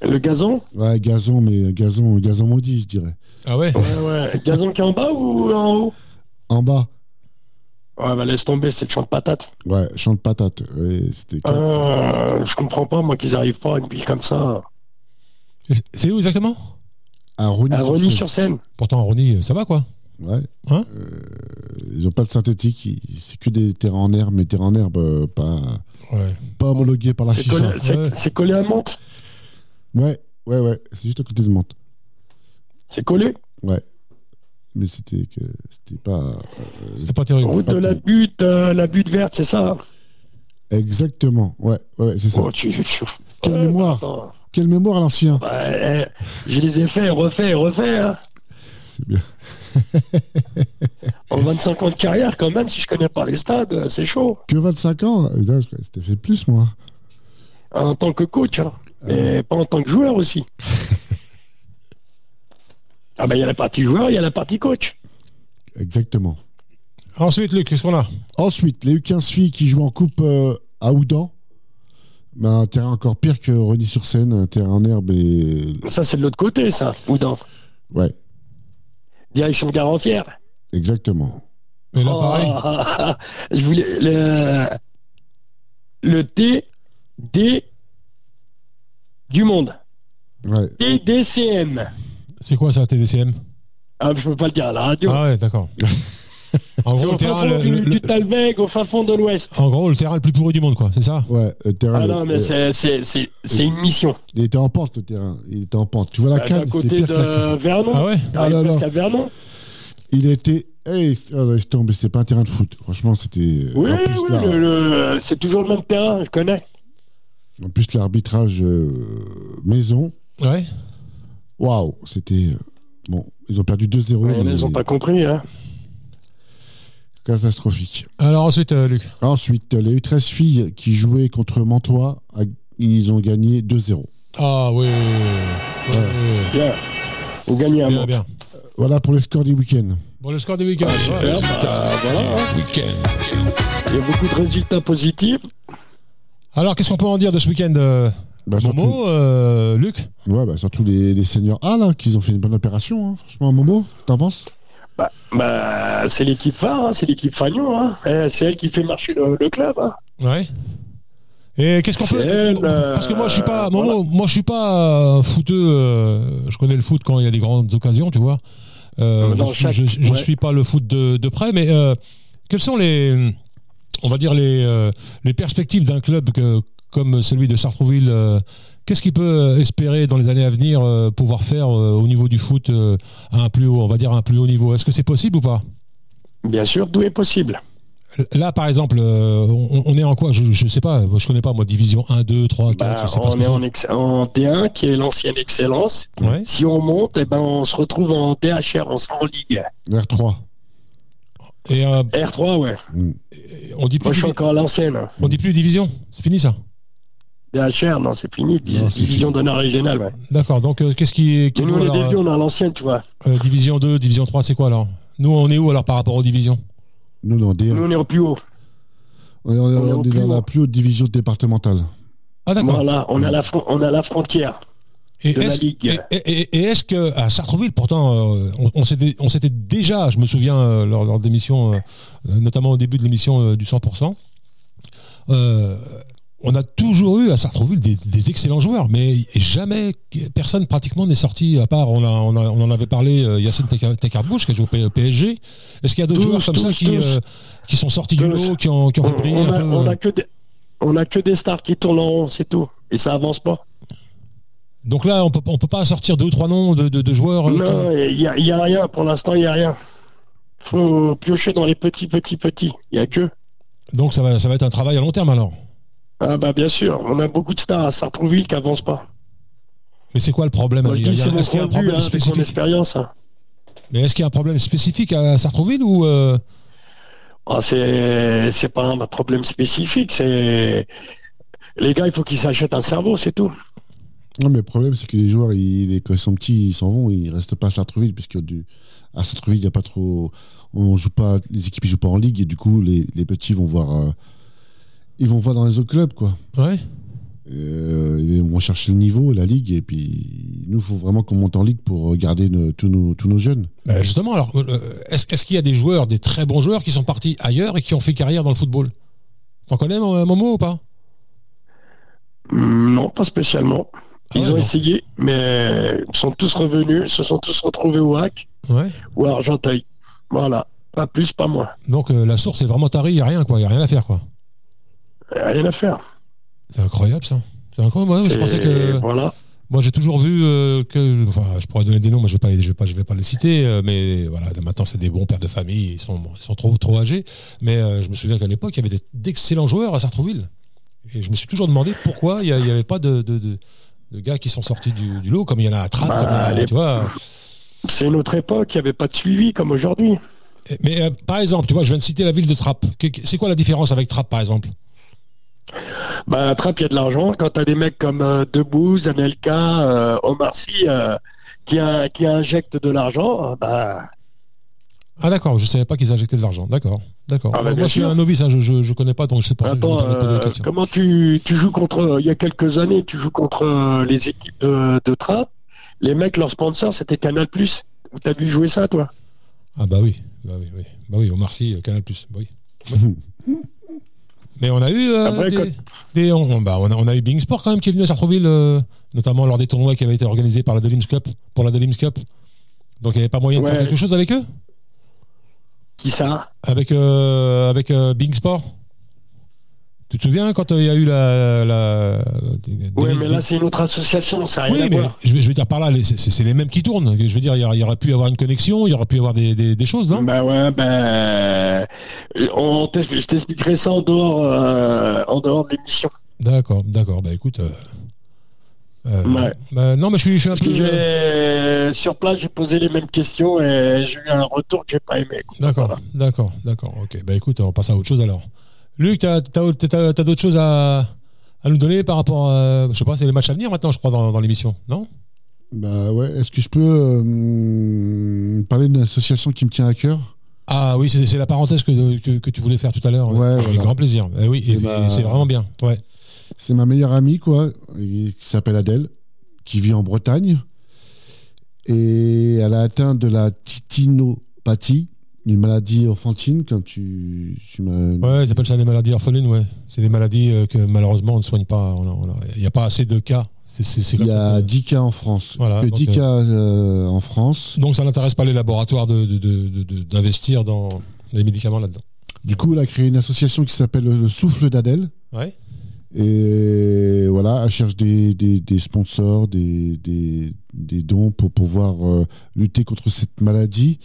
[SPEAKER 4] Le gazon
[SPEAKER 3] Ouais, gazon, mais gazon, gazon maudit, je dirais.
[SPEAKER 2] ah ouais.
[SPEAKER 4] Ouais, ouais. Gazon qui est en bas ou en haut
[SPEAKER 3] En bas,
[SPEAKER 4] Ouais, bah laisse tomber, c'est le champ de patates.
[SPEAKER 3] ouais, champ de patates. Ouais, c'était cat-
[SPEAKER 4] Euh, je comprends pas, moi, qu'ils arrivent pas à une ville comme ça.
[SPEAKER 2] C'est où exactement
[SPEAKER 3] à
[SPEAKER 4] À Rony
[SPEAKER 3] Rony-sur-Seine.
[SPEAKER 4] sur scène.
[SPEAKER 2] Pourtant, Ronny, ça va quoi
[SPEAKER 3] Ouais.
[SPEAKER 2] Hein
[SPEAKER 3] Euh, ils ont pas de synthétique, ils- c'est que des terrains en herbe, mais terrains en herbe euh, pas,
[SPEAKER 2] Ouais.
[SPEAKER 3] pas homologués par la
[SPEAKER 4] C'est collé,
[SPEAKER 3] FIFA.
[SPEAKER 2] ouais.
[SPEAKER 4] c'est- c'est collé à Mantes.
[SPEAKER 3] Ouais, ouais, ouais. C'est juste à côté de Mantes.
[SPEAKER 4] C'est collé.
[SPEAKER 3] Mais c'était que c'était pas euh,
[SPEAKER 2] C'est pas terrible.
[SPEAKER 4] Route de la butte, euh, la butte verte, c'est ça.
[SPEAKER 3] exactement. Ouais, ouais, ouais, c'est ça.
[SPEAKER 4] Oh, tu- tu-
[SPEAKER 3] Quelle
[SPEAKER 4] Ouais,
[SPEAKER 3] mémoire.
[SPEAKER 4] attends.
[SPEAKER 3] Quelle mémoire à l'ancien.
[SPEAKER 4] Bah, eh, je les ai fait, refait, refait. hein.
[SPEAKER 3] C'est bien.
[SPEAKER 4] En 25 ans de carrière, quand même, si je connais pas les stades, euh, c'est chaud.
[SPEAKER 3] Que 25 ans. euh, putain, je- C'était fait plus moi.
[SPEAKER 4] En tant que coach, hein.
[SPEAKER 3] Ah.
[SPEAKER 4] mais pas en tant que joueur aussi. ah, bah, il y a la partie joueur, il y a la partie coach.
[SPEAKER 3] Exactement.
[SPEAKER 2] Ensuite, Luc, qu'est-ce qu'on a
[SPEAKER 3] Ensuite, les U15 filles qui jouent en coupe euh, à Oudan. Ben, un terrain encore pire que Rony sur Seine, un terrain en herbe et
[SPEAKER 4] Ça, c'est de l'autre côté, ça, Oudan.
[SPEAKER 3] ouais,
[SPEAKER 4] Direction garantière.
[SPEAKER 3] exactement.
[SPEAKER 2] Et
[SPEAKER 3] Bah,
[SPEAKER 2] là,
[SPEAKER 4] Oh,
[SPEAKER 2] pareil.
[SPEAKER 4] ah, ah, ah. je voulais le, le T D du monde.
[SPEAKER 3] Ouais,
[SPEAKER 4] TDCM.
[SPEAKER 2] C'est quoi ça, TDCM
[SPEAKER 4] Ah, je peux pas le dire à la radio.
[SPEAKER 2] Ah ouais, d'accord. en,
[SPEAKER 4] C'est
[SPEAKER 2] gros,
[SPEAKER 4] au
[SPEAKER 2] le
[SPEAKER 4] fin
[SPEAKER 2] terrain,
[SPEAKER 4] fond
[SPEAKER 2] le,
[SPEAKER 4] du,
[SPEAKER 2] le-
[SPEAKER 4] du Talbeg, au fin fond de l'Ouest.
[SPEAKER 2] en gros, le terrain le plus pourri du monde, quoi, c'est ça
[SPEAKER 3] ouais. Le terrain.
[SPEAKER 4] Ah non,
[SPEAKER 3] euh,
[SPEAKER 4] mais c'est- c'est c'est- c'est une mission.
[SPEAKER 3] il était en pente le terrain. Il était en pente. Tu vois la
[SPEAKER 4] T'es à
[SPEAKER 3] canne, c'était
[SPEAKER 4] Bah, côté
[SPEAKER 3] pire que la canne.
[SPEAKER 4] de Vernon.
[SPEAKER 2] Ah ouais
[SPEAKER 4] T'arrives
[SPEAKER 3] Ah là
[SPEAKER 4] presque
[SPEAKER 3] là.
[SPEAKER 4] à Vernon.
[SPEAKER 3] Il était. Hey, ah ouais, c'est tombé, c'est pas un terrain de foot. Franchement, c'était. euh,
[SPEAKER 4] Oui,
[SPEAKER 3] en plus,
[SPEAKER 4] oui,
[SPEAKER 3] là-
[SPEAKER 4] le- le- c'est toujours le même terrain, je connais.
[SPEAKER 3] en plus, l'arbitrage euh, maison.
[SPEAKER 2] Ouais.
[SPEAKER 3] Waouh, c'était. euh, Bon, ils ont perdu 2-0.
[SPEAKER 4] Mais
[SPEAKER 3] mais
[SPEAKER 4] ils ont pas compris. Hein.
[SPEAKER 3] Catastrophique.
[SPEAKER 2] Alors ensuite, euh, Luc.
[SPEAKER 3] Ensuite, les U13 filles qui jouaient contre Mantois, à- ils ont gagné 2-0.
[SPEAKER 2] Ah ouais. ouais, ouais, ouais.
[SPEAKER 4] Bien. On gagne à
[SPEAKER 2] Bien,
[SPEAKER 4] Mons.
[SPEAKER 2] bien.
[SPEAKER 3] Voilà pour les scores du week-end.
[SPEAKER 2] Bon, le score du week-end. Ouais.
[SPEAKER 4] Ah, voilà, hein.
[SPEAKER 1] Week-end.
[SPEAKER 4] Il y a beaucoup de résultats positifs.
[SPEAKER 2] Alors, qu'est-ce qu'on peut en dire de ce week-end euh,
[SPEAKER 3] Bah, surtout,
[SPEAKER 2] Momo, euh, Luc
[SPEAKER 3] ouais, bah, surtout les, les seniors A, là, qu'ils ont fait une bonne opération. hein. Franchement, Momo, t'en penses
[SPEAKER 4] Bah, bah, c'est l'équipe phare, hein, c'est l'équipe Fagnon. Hein. Eh, C'est elle qui fait marcher le, le club. hein.
[SPEAKER 2] Ouais. Et qu'est-ce qu'on peut
[SPEAKER 4] elle, euh,
[SPEAKER 2] Parce que moi je suis pas, moi, moi, moi, je suis pas euh, footeux. euh, je connais le foot quand il y a des grandes occasions, tu vois. Euh,
[SPEAKER 4] Dans
[SPEAKER 2] je,
[SPEAKER 4] chaque-
[SPEAKER 2] je, je
[SPEAKER 4] ouais.
[SPEAKER 2] suis pas le foot de, de près, mais euh, quelles sont les, on va dire les, euh, les perspectives d'un club que, comme celui de Sartrouville euh, Qu'est-ce qu'il peut espérer dans les années à venir euh, pouvoir faire euh, au niveau du foot euh, à un plus haut, on va dire à un plus haut niveau Est-ce que c'est possible ou pas
[SPEAKER 4] Bien sûr, d'où est possible.
[SPEAKER 2] Là, par exemple, euh, on, on est en quoi je, je sais pas, moi, je connais pas moi division 1, 2, 3, 4,
[SPEAKER 4] Bah,
[SPEAKER 2] je sais pas ce
[SPEAKER 4] on
[SPEAKER 2] que
[SPEAKER 4] est en,
[SPEAKER 2] c'est.
[SPEAKER 4] ex- en D1 qui est l'ancienne excellence.
[SPEAKER 2] Ouais.
[SPEAKER 4] Si on monte, eh ben, on se retrouve en DHR, on sera en Ligue.
[SPEAKER 3] R3.
[SPEAKER 2] Et euh,
[SPEAKER 4] R3, ouais.
[SPEAKER 2] on dit plus
[SPEAKER 4] Moi, je suis
[SPEAKER 2] divi-
[SPEAKER 4] encore à l'ancienne.
[SPEAKER 2] on dit plus division, c'est fini ça.
[SPEAKER 4] DHR, non, c'est fini. Dis-
[SPEAKER 3] Non, c'est
[SPEAKER 4] division d'honneur régionale, ouais.
[SPEAKER 2] D'accord. Donc euh, qu'est-ce qui qui
[SPEAKER 4] Mais
[SPEAKER 2] est
[SPEAKER 4] nous,
[SPEAKER 2] nous,
[SPEAKER 4] on est des
[SPEAKER 2] alors,
[SPEAKER 4] vieux, on est à l'ancienne, tu vois.
[SPEAKER 2] euh, euh, division 2, division 3, c'est quoi alors Nous on est où alors par rapport aux divisions
[SPEAKER 3] Nous, non, D1.
[SPEAKER 4] Nous, on est au plus haut.
[SPEAKER 3] On est, on est-
[SPEAKER 4] on est
[SPEAKER 3] on
[SPEAKER 4] au
[SPEAKER 3] est
[SPEAKER 4] plus
[SPEAKER 3] dans la
[SPEAKER 4] haut.
[SPEAKER 3] plus haute division départementale.
[SPEAKER 2] Ah d'accord.
[SPEAKER 4] Voilà, on est à la, fron- on est à la frontière.
[SPEAKER 2] Et
[SPEAKER 4] Bah, de la
[SPEAKER 2] est-ce eh,
[SPEAKER 4] Ligue.
[SPEAKER 2] et- et- et- et est-ce que à Sartreville, pourtant, euh, on, on s'était on s'était déjà, je me souviens euh, lors, lors d'émissions, euh, euh, notamment au début de l'émission euh, du 100%, euh, on a toujours eu à Sartreville des, des excellents joueurs, mais jamais que- personne pratiquement n'est sorti à part. On, a, on, a- on en avait parlé, euh, Yacine Tekar- Tekarbouche qui a joué au P- au PSG. Est-ce qu'il y a d'autres
[SPEAKER 4] Tous,
[SPEAKER 2] joueurs comme ça
[SPEAKER 4] tous,
[SPEAKER 2] qui,
[SPEAKER 4] tous.
[SPEAKER 2] euh, qui sont sortis du
[SPEAKER 4] Tous.
[SPEAKER 2] lot, qui ont, qui ont
[SPEAKER 4] On,
[SPEAKER 2] fait briller
[SPEAKER 4] on
[SPEAKER 2] un
[SPEAKER 4] a,
[SPEAKER 2] peu
[SPEAKER 4] on
[SPEAKER 2] euh,
[SPEAKER 4] a que des, on a que des stars qui tournent en rond, c'est tout. Et ça avance pas.
[SPEAKER 2] Donc là, on peut, on peut pas sortir deux ou trois noms de, de- de joueurs. euh, qui-
[SPEAKER 4] Non, il n'y a, y a rien. Pour l'instant, il n'y a rien. faut piocher dans les petits, petits, petits. Il n'y a que.
[SPEAKER 2] Donc ça va, ça va être un travail à long terme alors.
[SPEAKER 4] Ah, bah, bien sûr. On a beaucoup de stars à Sartrouville qui avancent pas.
[SPEAKER 2] Mais c'est quoi le problème
[SPEAKER 4] Moi, je
[SPEAKER 2] Il y a-
[SPEAKER 4] dis, c'est mon
[SPEAKER 2] Est-ce qu'il y a un
[SPEAKER 4] point de vue,
[SPEAKER 2] problème
[SPEAKER 4] hein, c'est mon
[SPEAKER 2] spécifique
[SPEAKER 4] expérience. hein.
[SPEAKER 2] Mais est-ce qu'il y a un problème spécifique à Sartrouville ou euh,
[SPEAKER 4] Ah, c'est c'est pas un problème spécifique. C'est. Les gars, il faut qu'ils s'achètent un cerveau, c'est tout.
[SPEAKER 3] Non, mais le problème, c'est que les joueurs, ils, les- quand ils sont petits, ils s'en vont, ils restent pas à Sartreville, puisque du, à Sartreville, il y a pas trop. On joue pas, les équipes ne jouent pas en ligue, et du coup, les, les petits vont voir. euh, ils vont voir dans les autres clubs, quoi.
[SPEAKER 2] ouais
[SPEAKER 3] Euh, ils vont chercher le niveau, la ligue, et puis nous, il faut vraiment qu'on monte en ligue pour garder nos- tous, nos, tous nos jeunes.
[SPEAKER 2] Ben, Justement, alors euh, est-ce est-ce qu'il y a des joueurs, des très bons joueurs, qui sont partis ailleurs et qui ont fait carrière dans le football T'en connais Mo- Momo ou pas
[SPEAKER 4] Hum, Non, pas spécialement.
[SPEAKER 2] Ah
[SPEAKER 4] Ils
[SPEAKER 2] ouais,
[SPEAKER 4] ont
[SPEAKER 2] non.
[SPEAKER 4] essayé, mais ils sont tous revenus, se sont tous retrouvés au hack
[SPEAKER 2] Ouais.
[SPEAKER 4] ou à Argenteuil. Voilà. Pas plus, pas moins.
[SPEAKER 2] Donc euh, la source est vraiment tarie, il n'y a rien quoi, il n'y a rien à faire quoi.
[SPEAKER 4] Rien à faire.
[SPEAKER 2] C'est incroyable ça. C'est incroyable. Ouais, je
[SPEAKER 4] C'est-
[SPEAKER 2] pensais que
[SPEAKER 4] Voilà.
[SPEAKER 2] moi j'ai toujours vu euh, que enfin je pourrais donner des noms, mais je vais pas, je vais pas, je vais pas les citer. euh, mais voilà, maintenant c'est des bons pères de famille, ils sont, ils sont trop trop âgés. Mais euh, je me souviens qu'à l'époque il y avait des- d'excellents joueurs à Sartrouville. Et je me suis toujours demandé pourquoi il n'y avait pas de, de, de- de gars qui sont sortis du, du lot, comme il y en a à Trappes,
[SPEAKER 4] Bah,
[SPEAKER 2] comme il y en a, à-
[SPEAKER 4] les-
[SPEAKER 2] tu vois.
[SPEAKER 4] C'est une autre époque, il n'y avait pas de suivi comme aujourd'hui.
[SPEAKER 2] Et- Mais euh, par exemple, tu vois, je viens de citer la ville de Trappes. Que- que- C'est quoi la différence avec Trappes, par exemple
[SPEAKER 4] Bah, Trapp, il y a de l'argent. Quand t'as des mecs comme euh, Debouze, Anelka, euh, Omar Sy euh, qui, a- qui injectent de l'argent, euh, bah,
[SPEAKER 2] Ah d'accord, je savais pas qu'ils injectaient de l'argent. D'accord, d'accord.
[SPEAKER 4] Ah, bah,
[SPEAKER 2] Alors,
[SPEAKER 4] bien
[SPEAKER 2] moi je suis
[SPEAKER 4] sûr.
[SPEAKER 2] un novice, hein, je, je, je connais pas, donc je sais pas. je
[SPEAKER 4] attends,
[SPEAKER 2] me permets de poser des
[SPEAKER 4] euh,
[SPEAKER 2] questions.
[SPEAKER 4] comment tu, tu joues contre, il y a quelques années, tu joues contre euh, les équipes euh, de Trapp. Les mecs, leur sponsor, c'était Canal+. T'as vu jouer ça, toi
[SPEAKER 2] Ah bah oui, bah oui, oui. Bah oui, Omar Sy, euh, Canal Plus. Oui. Mais on a eu euh,
[SPEAKER 4] Après,
[SPEAKER 2] des,
[SPEAKER 4] quand-
[SPEAKER 2] des- on, on- bah, on a, on a eu Bing Sport quand même qui est venu à Sartrouville, euh, notamment lors des tournois qui avaient été organisés par la Delims Cup pour la Delims Cup. Donc il n'y avait pas moyen de
[SPEAKER 4] Ouais.
[SPEAKER 2] faire quelque chose avec eux,
[SPEAKER 4] Qui ça
[SPEAKER 2] avec euh, avec euh, Bing Sport. Tu te souviens quand euh, il y a eu la, la
[SPEAKER 4] Oui,
[SPEAKER 2] Deli-
[SPEAKER 4] mais là, c'est une autre association, ça n'a rien
[SPEAKER 2] oui,
[SPEAKER 4] à
[SPEAKER 2] mais
[SPEAKER 4] voir.
[SPEAKER 2] je vais, je vais dire par là, les- c'est c'est les mêmes qui tournent. Je veux dire, il y aura- il y aura pu y avoir une connexion, il y aura pu y avoir des, des- des choses, non
[SPEAKER 4] Bah ouais, ben on t'explique- je t'expliquerai ça en dehors, euh, en dehors de l'émission.
[SPEAKER 2] D'accord, d'accord. Bah écoute. euh, euh,
[SPEAKER 4] Ouais.
[SPEAKER 2] bah, non, mais je suis, je suis un
[SPEAKER 4] Parce que
[SPEAKER 2] peu.
[SPEAKER 4] j'ai- sur place, j'ai posé les mêmes questions et j'ai eu un retour que j'ai pas aimé. quoi.
[SPEAKER 2] D'accord, d'accord, d'accord. Ok, bah écoute, on passe à autre chose alors. Luc, t'as t'as- t'as- t'as- t'as d'autres choses à, à nous donner par rapport à. Je sais pas, c'est les matchs à venir maintenant, je crois, dans, dans l'émission, non
[SPEAKER 3] Bah ouais, est-ce que je peux euh, parler d'une association qui me tient à cœur
[SPEAKER 2] Ah oui, c'est c'est la parenthèse que, que, que tu voulais faire tout à l'heure.
[SPEAKER 3] Ouais,
[SPEAKER 2] Avec
[SPEAKER 3] voilà.
[SPEAKER 2] grand plaisir. Eh oui, et-
[SPEAKER 3] Et
[SPEAKER 2] et
[SPEAKER 3] bah-
[SPEAKER 2] c'est vraiment bien. Ouais.
[SPEAKER 3] C'est ma meilleure amie, quoi, et- qui s'appelle Adèle, qui vit en Bretagne. Et elle a atteint de la titinopathie. Une maladie enfantine, comme tu, tu m'as.
[SPEAKER 2] Ouais, ils appellent ça des maladies orphelines, ouais. C'est des maladies euh, que malheureusement on ne soigne pas. on a- on a- Il n'y a pas assez de cas. C'est- c'est- c'est
[SPEAKER 3] Il y
[SPEAKER 2] comme
[SPEAKER 3] a
[SPEAKER 2] ça que-
[SPEAKER 3] 10 cas en France.
[SPEAKER 2] Voilà,
[SPEAKER 3] que
[SPEAKER 2] donc,
[SPEAKER 3] 10
[SPEAKER 2] euh,
[SPEAKER 3] cas euh, en France.
[SPEAKER 2] Donc ça n'intéresse pas les laboratoires de- de- de- de- de- d'investir dans les médicaments là-dedans.
[SPEAKER 3] Du coup, elle a créé une association qui s'appelle Le Souffle d'Adèle.
[SPEAKER 2] Ouais.
[SPEAKER 3] Et voilà, elle cherche des, des- des sponsors, des, des- des dons pour pouvoir euh, lutter contre cette maladie.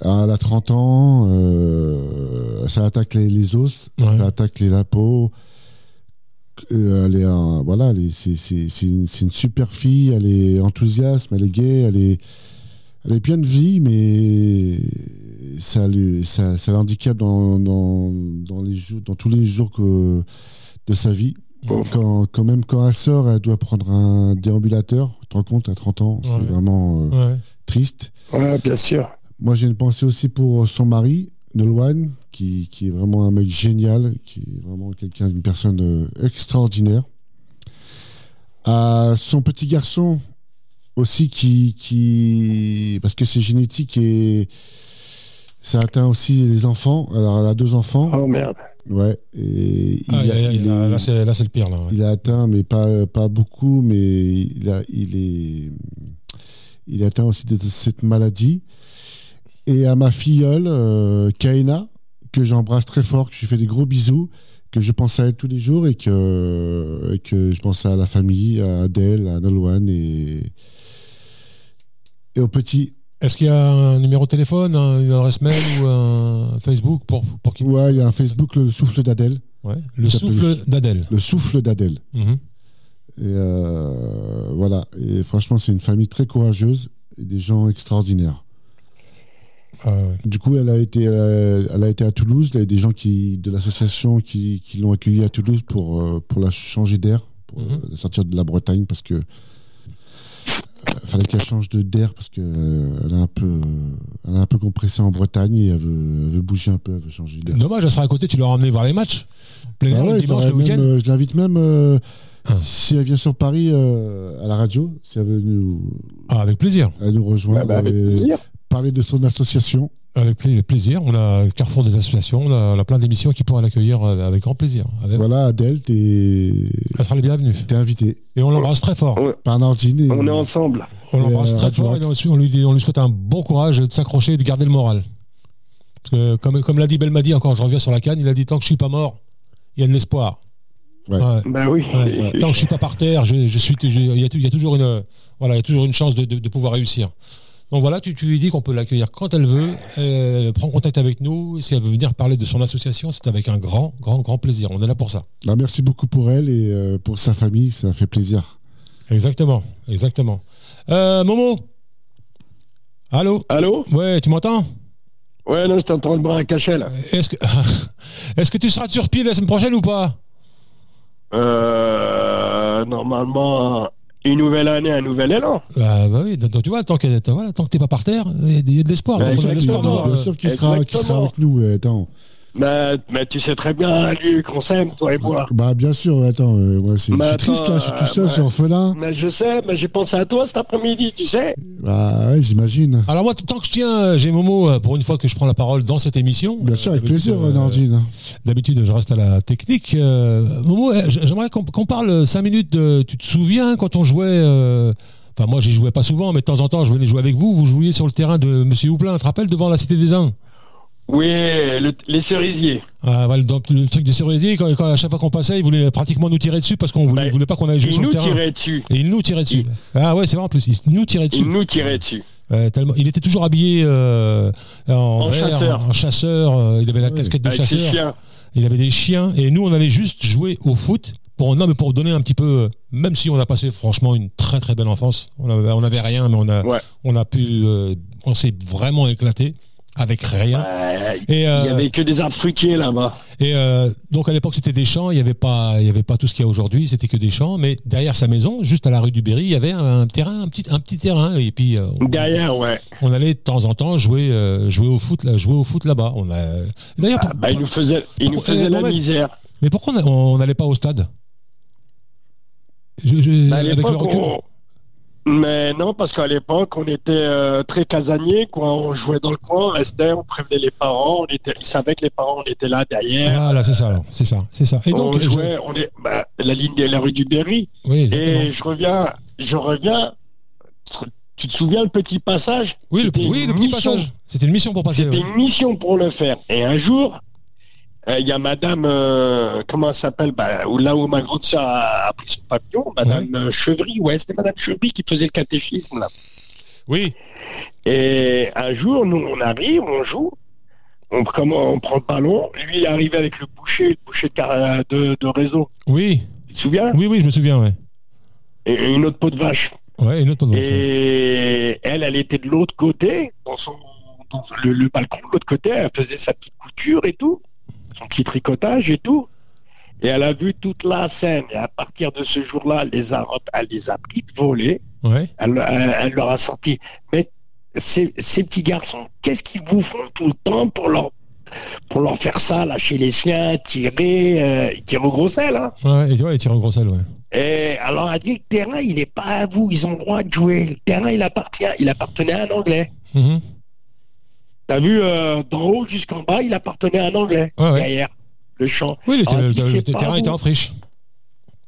[SPEAKER 3] Elle a 30 ans, euh, ça attaque les, les os,
[SPEAKER 2] Ouais.
[SPEAKER 3] ça attaque les, la peau. Euh, elle est un- voilà, elle est- c'est- c'est c'est une, c'est une super fille, elle est enthousiaste, elle est gaie, elle est, elle est bien de vie, mais ça, lui, ça, ça l'handicape dans, dans, dans, les jours, dans tous les jours que, de sa vie.
[SPEAKER 2] Pauvre.
[SPEAKER 3] Quand, quand même, quand elle sort, elle doit prendre un déambulateur. Tu te rends compte, à 30 ans, c'est
[SPEAKER 2] Ouais. Mm.
[SPEAKER 3] vraiment euh,
[SPEAKER 2] Ouais.
[SPEAKER 3] triste.
[SPEAKER 4] Ouais, bien sûr.
[SPEAKER 3] Moi, j'ai une pensée aussi pour euh, son mari, Nolwan, qui, qui est vraiment un mec génial, qui est vraiment quelqu'un, une personne euh, extraordinaire. À son petit garçon aussi, qui, qui parce que c'est génétique et ça atteint aussi les enfants. Alors, elle a deux enfants.
[SPEAKER 4] Oh merde.
[SPEAKER 3] Ouais. Et il
[SPEAKER 2] Ah. Aïe,
[SPEAKER 3] a-
[SPEAKER 2] aïe, aïe,
[SPEAKER 3] il
[SPEAKER 2] là,
[SPEAKER 3] est-
[SPEAKER 2] là, c'est là, c'est le pire. Là, ouais.
[SPEAKER 3] il a atteint, mais pas, pas beaucoup, mais il, a, il est. Il a atteint aussi de, de cette maladie. Et à ma filleule, euh, Kaina, que j'embrasse très fort, que je lui fais des gros bisous, que je pense à elle tous les jours et que, et que je pense à la famille, à Adèle, à Nolwan et, et aux petits.
[SPEAKER 2] Est-ce qu'il y a un numéro de téléphone, un- une adresse mail ou un Facebook pour, pour qu'il...
[SPEAKER 3] Ouais, il y a un Facebook, le souffle d'Adèle.
[SPEAKER 2] Ouais. Le
[SPEAKER 3] Il s'appelle-
[SPEAKER 2] souffle d'Adèle.
[SPEAKER 3] Le souffle d'Adèle.
[SPEAKER 2] Mhm.
[SPEAKER 3] Et euh, voilà. Et franchement, c'est une famille très courageuse et des gens extraordinaires.
[SPEAKER 2] Ah, ouais.
[SPEAKER 3] Du coup, elle a été, euh, elle a été à Toulouse. Il y a des gens qui, de l'association qui, qui l'ont accueillie à Toulouse pour, euh, pour la changer d'air, pour euh,
[SPEAKER 2] Mhm.
[SPEAKER 3] la sortir de la Bretagne, parce que euh, fallait qu'elle change de d'air parce que euh, elle a un peu, euh, elle a un peu compressé en Bretagne et elle veut, elle veut bouger un peu, elle veut changer d'air.
[SPEAKER 2] Dommage, elle sera à côté, tu l'auras emmené voir les matchs. Plein
[SPEAKER 3] Ah
[SPEAKER 2] air,
[SPEAKER 3] ouais,
[SPEAKER 2] le dimanche,
[SPEAKER 3] j'aurais
[SPEAKER 2] le week-end.
[SPEAKER 3] même, euh, je l'invite même euh,
[SPEAKER 2] Ah.
[SPEAKER 3] si elle vient sur Paris euh, à la radio, si elle veut nous,
[SPEAKER 2] Ah, avec plaisir.
[SPEAKER 3] à nous
[SPEAKER 4] Ouais,
[SPEAKER 3] rejoindre
[SPEAKER 4] bah, avec
[SPEAKER 3] et
[SPEAKER 4] plaisir.
[SPEAKER 3] parler de son association.
[SPEAKER 2] Avec pla- plaisir. On a le carrefour des associations, on a, on a plein d'émissions qui pourraient l'accueillir euh, avec grand plaisir. Avec-
[SPEAKER 3] Voilà, Adèle, t'es
[SPEAKER 2] Elle sera les bienvenus.
[SPEAKER 3] t'es invitée.
[SPEAKER 2] Et on l'embrasse très fort.
[SPEAKER 3] par Nordine.
[SPEAKER 2] Mmh.
[SPEAKER 3] Et,
[SPEAKER 4] On est ensemble.
[SPEAKER 2] On l'embrasse
[SPEAKER 3] euh,
[SPEAKER 2] très
[SPEAKER 3] Radio
[SPEAKER 2] fort et
[SPEAKER 3] Axe.
[SPEAKER 2] on, on lui, dit- on lui souhaite un bon courage de s'accrocher et de garder le moral. Parce que, comme, comme l'a dit Belmadi, encore, je reviens sur la canne, il a dit tant que je suis pas mort, il y a de l'espoir.
[SPEAKER 3] Ouais.
[SPEAKER 4] Bah oui.
[SPEAKER 2] Ouais, ouais. Tant que je suis pas par terre, je, je suis, je- il y, a tou- il y a toujours une, voilà, il y a toujours une chance de, de- de pouvoir réussir. Donc voilà, tu, tu lui dis qu'on peut l'accueillir quand elle veut. Elle prend contact avec nous. Si elle veut venir parler de son association, c'est avec un grand, grand, grand plaisir. On est là pour ça.
[SPEAKER 3] Là, bah, merci beaucoup pour elle et euh, pour sa famille, ça fait plaisir.
[SPEAKER 2] Exactement, exactement. Euh, Momo, allô.
[SPEAKER 4] Allô
[SPEAKER 2] Ouais, tu m'entends
[SPEAKER 4] Ouais, non, je t'entends le bras caché là.
[SPEAKER 2] Est-ce que, est-ce que tu seras sur pied la semaine prochaine ou pas
[SPEAKER 4] Euh, normalement, une nouvelle année, un nouvel élan.
[SPEAKER 2] bah, bah oui, donc tu vois, tant que tant- voilà, tant que t'es pas par terre, il y a de- il y a de l'espoir.
[SPEAKER 4] Ouais,
[SPEAKER 2] Donc, on a de l'espoir de
[SPEAKER 4] exactement.
[SPEAKER 2] voir,
[SPEAKER 3] Bah, Bien
[SPEAKER 2] euh,
[SPEAKER 3] sûr qu'il sera, qu'il sera
[SPEAKER 4] exactement.
[SPEAKER 3] avec nous. ouais, Attends.
[SPEAKER 4] Mais, Bah, mais tu sais très bien, Luc, on s'aime, toi et moi.
[SPEAKER 3] Bah, bien sûr, ouais, attends. euh, moi, c'est, je
[SPEAKER 4] Bah,
[SPEAKER 3] suis triste, là, je suis
[SPEAKER 4] attends,
[SPEAKER 3] tout seul,
[SPEAKER 4] euh,
[SPEAKER 3] je suis orphelin.
[SPEAKER 4] Mais je sais, mais j'ai pensé à toi cet après-midi, tu sais.
[SPEAKER 3] Bah, ouais, j'imagine.
[SPEAKER 2] Alors moi, t- tant que je tiens, euh, j'ai Momo, euh, pour une fois que je prends la parole dans cette émission.
[SPEAKER 3] Bien
[SPEAKER 2] euh,
[SPEAKER 3] sûr, avec
[SPEAKER 2] d'habitude,
[SPEAKER 3] plaisir,
[SPEAKER 2] euh,
[SPEAKER 3] Nordine.
[SPEAKER 2] D'habitude, je reste à la technique. Euh, Momo, euh, j- j'aimerais qu'on qu'on parle 5 minutes. de- tu te souviens quand on jouait euh, Enfin, moi, j'y jouais pas souvent, mais de temps en temps, je venais jouer avec vous. Vous jouiez sur le terrain de Monsieur Houplin, tu te rappelles, devant la Cité des Uns
[SPEAKER 4] Oui, le- les cerisiers.
[SPEAKER 2] Ah, voilà, dans le truc des cerisiers, quand, quand à chaque fois qu'on passait, ils voulaient pratiquement nous tirer dessus parce qu'on voulait,
[SPEAKER 4] Ouais.
[SPEAKER 2] ils voulaient pas qu'on aille jouer
[SPEAKER 4] Ils
[SPEAKER 2] sur le
[SPEAKER 4] Bah, nous
[SPEAKER 2] terrain.
[SPEAKER 4] tiraient dessus.
[SPEAKER 2] Et ils nous tiraient dessus. Ah ouais, c'est vrai en plus, ils nous tiraient dessus.
[SPEAKER 4] Ils nous tiraient dessus.
[SPEAKER 2] Ouais, tellement- Il était toujours habillé euh, en,
[SPEAKER 4] En
[SPEAKER 2] vert,
[SPEAKER 4] chasseur.
[SPEAKER 2] en chasseur, euh, il avait la
[SPEAKER 3] Ouais.
[SPEAKER 2] casquette de
[SPEAKER 4] Avec ces
[SPEAKER 2] chasseur,
[SPEAKER 4] chiens.
[SPEAKER 2] il avait des chiens, et nous on allait juste jouer au foot. Pour, non, mais pour donner un petit peu, euh, même si on a passé franchement une très très belle enfance, on avait, on avait rien, mais on a,
[SPEAKER 4] Ouais.
[SPEAKER 2] on a pu, euh, on s'est vraiment éclaté avec rien.
[SPEAKER 4] Ouais,
[SPEAKER 2] Et,
[SPEAKER 4] Il
[SPEAKER 2] euh,
[SPEAKER 4] n'y avait que des arbres fruitiers là-bas.
[SPEAKER 2] Et euh, donc à l'époque c'était des champs, il n'y avait pas, il y avait pas tout ce qu'il y a aujourd'hui, c'était que des champs. Mais derrière sa maison, juste à la rue du Berry, il y avait un terrain, un petit, un petit terrain. Et puis euh, on,
[SPEAKER 4] Derrière, ouais.
[SPEAKER 2] on allait de temps en temps jouer, euh, jouer au foot, là, jouer au foot là-bas. On a. D'ailleurs, pour-
[SPEAKER 4] Bah, ils nous faisaient, ils nous
[SPEAKER 2] Pourquoi-
[SPEAKER 4] faisaient
[SPEAKER 2] euh,
[SPEAKER 4] la
[SPEAKER 2] non, mais-
[SPEAKER 4] misère.
[SPEAKER 2] mais pourquoi on a- on n'allait pas au stade Je- je-
[SPEAKER 4] Bah, à
[SPEAKER 2] Avec le
[SPEAKER 4] l'époque,
[SPEAKER 2] recul.
[SPEAKER 4] on, Mais non, parce qu'à l'époque, on était euh, très casanier, quoi. On jouait dans le coin, on restait, on prévenait les parents, on était, ils savaient que les parents, on était là derrière.
[SPEAKER 2] Voilà, c'est ça, alors. C'est ça, c'est ça. Et donc,
[SPEAKER 4] on jouait, on est, bah, la ligne de la rue du Berry.
[SPEAKER 2] Oui, exactement.
[SPEAKER 4] Et je reviens, je reviens. Tu te souviens le petit passage
[SPEAKER 2] Oui, le,
[SPEAKER 4] C'était
[SPEAKER 2] oui,
[SPEAKER 4] une
[SPEAKER 2] le petit
[SPEAKER 4] mission.
[SPEAKER 2] passage. C'était une mission pour passer.
[SPEAKER 4] C'était
[SPEAKER 2] ouais.
[SPEAKER 4] une mission pour le faire. Et un jour, euh, il y a madame, euh, comment elle s'appelle bah, où- Là où ma grande soeur a, a pris son papillon, madame euh, Chevry, ouais, c'était madame Chevry qui faisait le catéchisme, là.
[SPEAKER 2] Oui.
[SPEAKER 4] Et un jour, nous, on arrive, on joue, on, comment, on prend le ballon. Lui, il est arrivé avec le boucher, le boucher de, car- euh, de, de réseau.
[SPEAKER 2] Oui,
[SPEAKER 4] Tu te souviens
[SPEAKER 2] oui, oui, je me souviens, ouais.
[SPEAKER 4] et, et une autre peau de vache.
[SPEAKER 2] Ouais, une autre pause.
[SPEAKER 4] Et elle, elle était de l'autre côté, dans son dans le, le balcon de l'autre côté, elle faisait sa petite couture et tout, son petit tricotage et tout. Et elle a vu toute la scène. Et à partir de ce jour-là, elle les a, elle les a pris de voler.
[SPEAKER 2] Ouais.
[SPEAKER 4] Elle, elle- elle leur a sorti. Mais ces, ces petits garçons, qu'est-ce qu'ils vous font tout le temps pour leur, pour leur faire ça, lâcher les siens, tirer, euh, tirer au gros sel hein
[SPEAKER 2] Ouais, et tu vois, il tire au gros sel, ouais.
[SPEAKER 4] et Eh, alors, elle a dit le terrain, il n'est pas à vous, ils ont le droit de jouer. Le terrain, il appartient, il appartenait à un Anglais.
[SPEAKER 2] Mhm.
[SPEAKER 4] T'as vu, euh, d'en haut jusqu'en bas, il appartenait à un Anglais.
[SPEAKER 2] Ouais, ouais.
[SPEAKER 4] Derrière, le champ.
[SPEAKER 2] Oui, le,
[SPEAKER 4] Ah,
[SPEAKER 2] le-
[SPEAKER 4] puis
[SPEAKER 2] le-
[SPEAKER 4] c'est
[SPEAKER 2] le
[SPEAKER 4] pas
[SPEAKER 2] terrain
[SPEAKER 4] vous.
[SPEAKER 2] était en friche.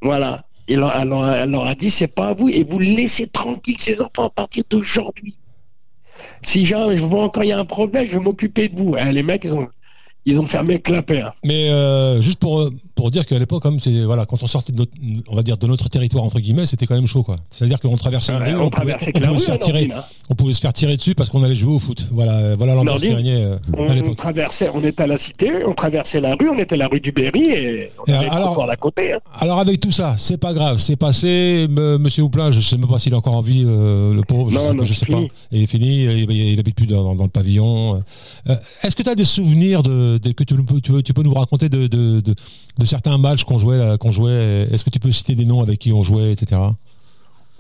[SPEAKER 4] Voilà. Et leur- elle, leur- elle leur a dit, c'est pas à vous, et vous laissez tranquille ces enfants à partir d'aujourd'hui. Si jamais je vois encore il y a un problème, je vais m'occuper de vous. Eh, les mecs, ils ont, ils ont fermé le clapet. hein.
[SPEAKER 2] Mais euh, juste pour, pour dire qu'à l'époque, quand même, c'est voilà, quand on sortait de notre, on va dire de notre territoire entre guillemets, c'était quand même chaud quoi. C'est-à-dire qu'on traversait une
[SPEAKER 4] Ouais,
[SPEAKER 2] rue,
[SPEAKER 4] Eh, on
[SPEAKER 2] on, pouvait,
[SPEAKER 4] traversait
[SPEAKER 2] on
[SPEAKER 4] que la
[SPEAKER 2] pouvait
[SPEAKER 4] rue,
[SPEAKER 2] se faire
[SPEAKER 4] hein,
[SPEAKER 2] tirer,
[SPEAKER 4] Nordine, hein.
[SPEAKER 2] on pouvait se faire tirer dessus parce qu'on allait jouer au foot. Voilà, euh, voilà l'ambiance qui
[SPEAKER 4] Nordine,
[SPEAKER 2] régnait euh, à
[SPEAKER 4] hein. On
[SPEAKER 2] l'époque.
[SPEAKER 4] traversait, on était à la cité, on traversait la rue, on était à la rue du Berry, et on
[SPEAKER 2] Et
[SPEAKER 4] avait
[SPEAKER 2] alors-
[SPEAKER 4] encore à côté. hein.
[SPEAKER 2] Alors avec tout ça, c'est pas grave, c'est passé. M- Monsieur Houplin, je sais même pas s'il est encore en vie, euh, le pauvre. Je
[SPEAKER 4] Non,
[SPEAKER 2] sais, pas,
[SPEAKER 4] non,
[SPEAKER 2] je
[SPEAKER 4] c'est
[SPEAKER 2] sais pas.
[SPEAKER 4] fini.
[SPEAKER 2] Et il est fini. Il, il habite plus dans, dans le pavillon. Euh, Est-ce que tu as des souvenirs de, de- que tu, peux- tu, peux- tu peux nous raconter de, de, de, de certains matchs qu'on jouait, là, qu'on jouait Est-ce que tu peux citer des noms avec qui on jouait, etc.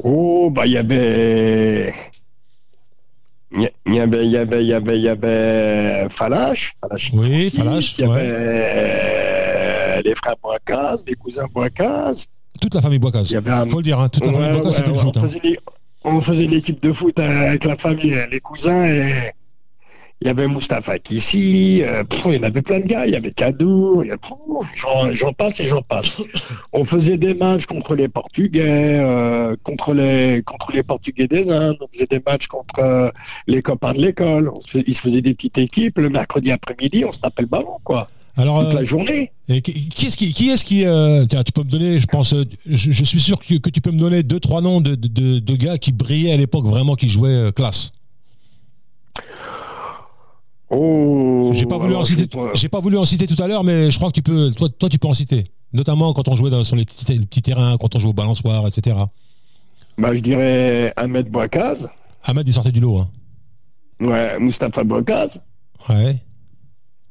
[SPEAKER 4] Oh, bah, il y avait. Il y- il y avait, il y avait, il y avait, il y avait Falache. Falache
[SPEAKER 2] Oui,
[SPEAKER 4] Francis,
[SPEAKER 2] Falache,
[SPEAKER 4] Il y
[SPEAKER 2] ouais.
[SPEAKER 4] avait euh, les frères Boicaz, les cousins Boicaz.
[SPEAKER 2] Toute la famille Boicaz.
[SPEAKER 4] Il y avait un-
[SPEAKER 2] Faut le dire, hein, toute la famille
[SPEAKER 4] Ouais,
[SPEAKER 2] Boicaz,
[SPEAKER 4] ouais,
[SPEAKER 2] c'était
[SPEAKER 4] ouais,
[SPEAKER 2] le foot.
[SPEAKER 4] on,
[SPEAKER 2] hein.
[SPEAKER 4] faisait une- on faisait une équipe de foot euh, avec la famille, les cousins et. Il y avait Moustapha Kissi, euh, pff, il y en avait plein de gars, il y avait Kadour, il y a- pff, j'en- j'en passe et j'en passe. On faisait des matchs contre les Portugais, euh, contre, les, contre les Portugais des Indes, on faisait des matchs contre euh, les copains de l'école, On se fais- ils se faisaient des petites équipes, le mercredi après-midi, on se tapait le ballon, quoi,
[SPEAKER 2] Alors,
[SPEAKER 4] toute
[SPEAKER 2] euh,
[SPEAKER 4] la journée.
[SPEAKER 2] et qui, qui est-ce qui, qui, est-ce qui euh, tiens, tu peux me donner, je pense, euh, je, je suis sûr que, que tu peux me donner deux, trois noms de, de, de- de gars qui brillaient à l'époque vraiment, qui jouaient euh, classe.
[SPEAKER 4] Oh,
[SPEAKER 2] J'ai pas voulu
[SPEAKER 4] alors,
[SPEAKER 2] en
[SPEAKER 4] je
[SPEAKER 2] citer.
[SPEAKER 4] sais pas.
[SPEAKER 2] J'ai pas voulu en citer tout à l'heure, mais je crois que tu peux. Toi, toi, tu peux en citer. Notamment quand on jouait dans, sur les petits, les petits terrains, quand on jouait au balançoire, etc.
[SPEAKER 4] Bah, je dirais Ahmed Boakaz,
[SPEAKER 2] Ahmed, il sortait du lot. Hein.
[SPEAKER 4] ouais, Moustapha Boakaz,
[SPEAKER 2] Ouais,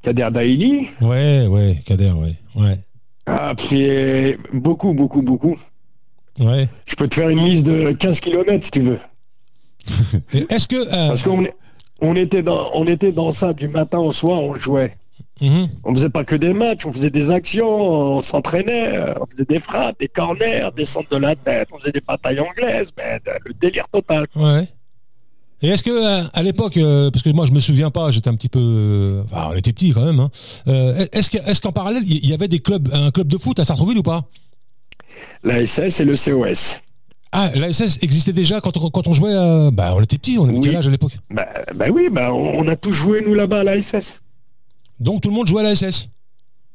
[SPEAKER 4] Kader Daili,
[SPEAKER 2] ouais, ouais, Kader, ouais, ouais,
[SPEAKER 4] ah, puis beaucoup, beaucoup, beaucoup.
[SPEAKER 2] ouais.
[SPEAKER 4] Je peux te faire une liste de 15 km si tu veux.
[SPEAKER 2] Et Est-ce que euh,
[SPEAKER 4] Parce qu'on est- on était, dans, on était dans ça du matin au soir, on jouait.
[SPEAKER 2] mhm,
[SPEAKER 4] On faisait pas que des matchs, on faisait des actions, on s'entraînait, euh, on faisait des frappes, des corners, des centres de la tête, on faisait des batailles anglaises, mais euh, le délire total.
[SPEAKER 2] ouais. Et est-ce que euh, à l'époque, euh, parce que moi je me souviens pas, j'étais un petit peu, euh, enfin, on était petit quand même. hein. Euh, est-ce que, est-ce qu'en parallèle, il y avait des clubs, un club de foot à Sartrouville ou pas
[SPEAKER 4] La SS et le COS.
[SPEAKER 2] Ah, l'ASS existait déjà quand on, quand on jouait. euh, bah, on était petit, on avait
[SPEAKER 4] Oui.
[SPEAKER 2] quel âge à l'époque
[SPEAKER 4] Bah, bah oui, bah on, on a tous joué nous là-bas à la SS.
[SPEAKER 2] Donc tout le monde jouait à l'ASS.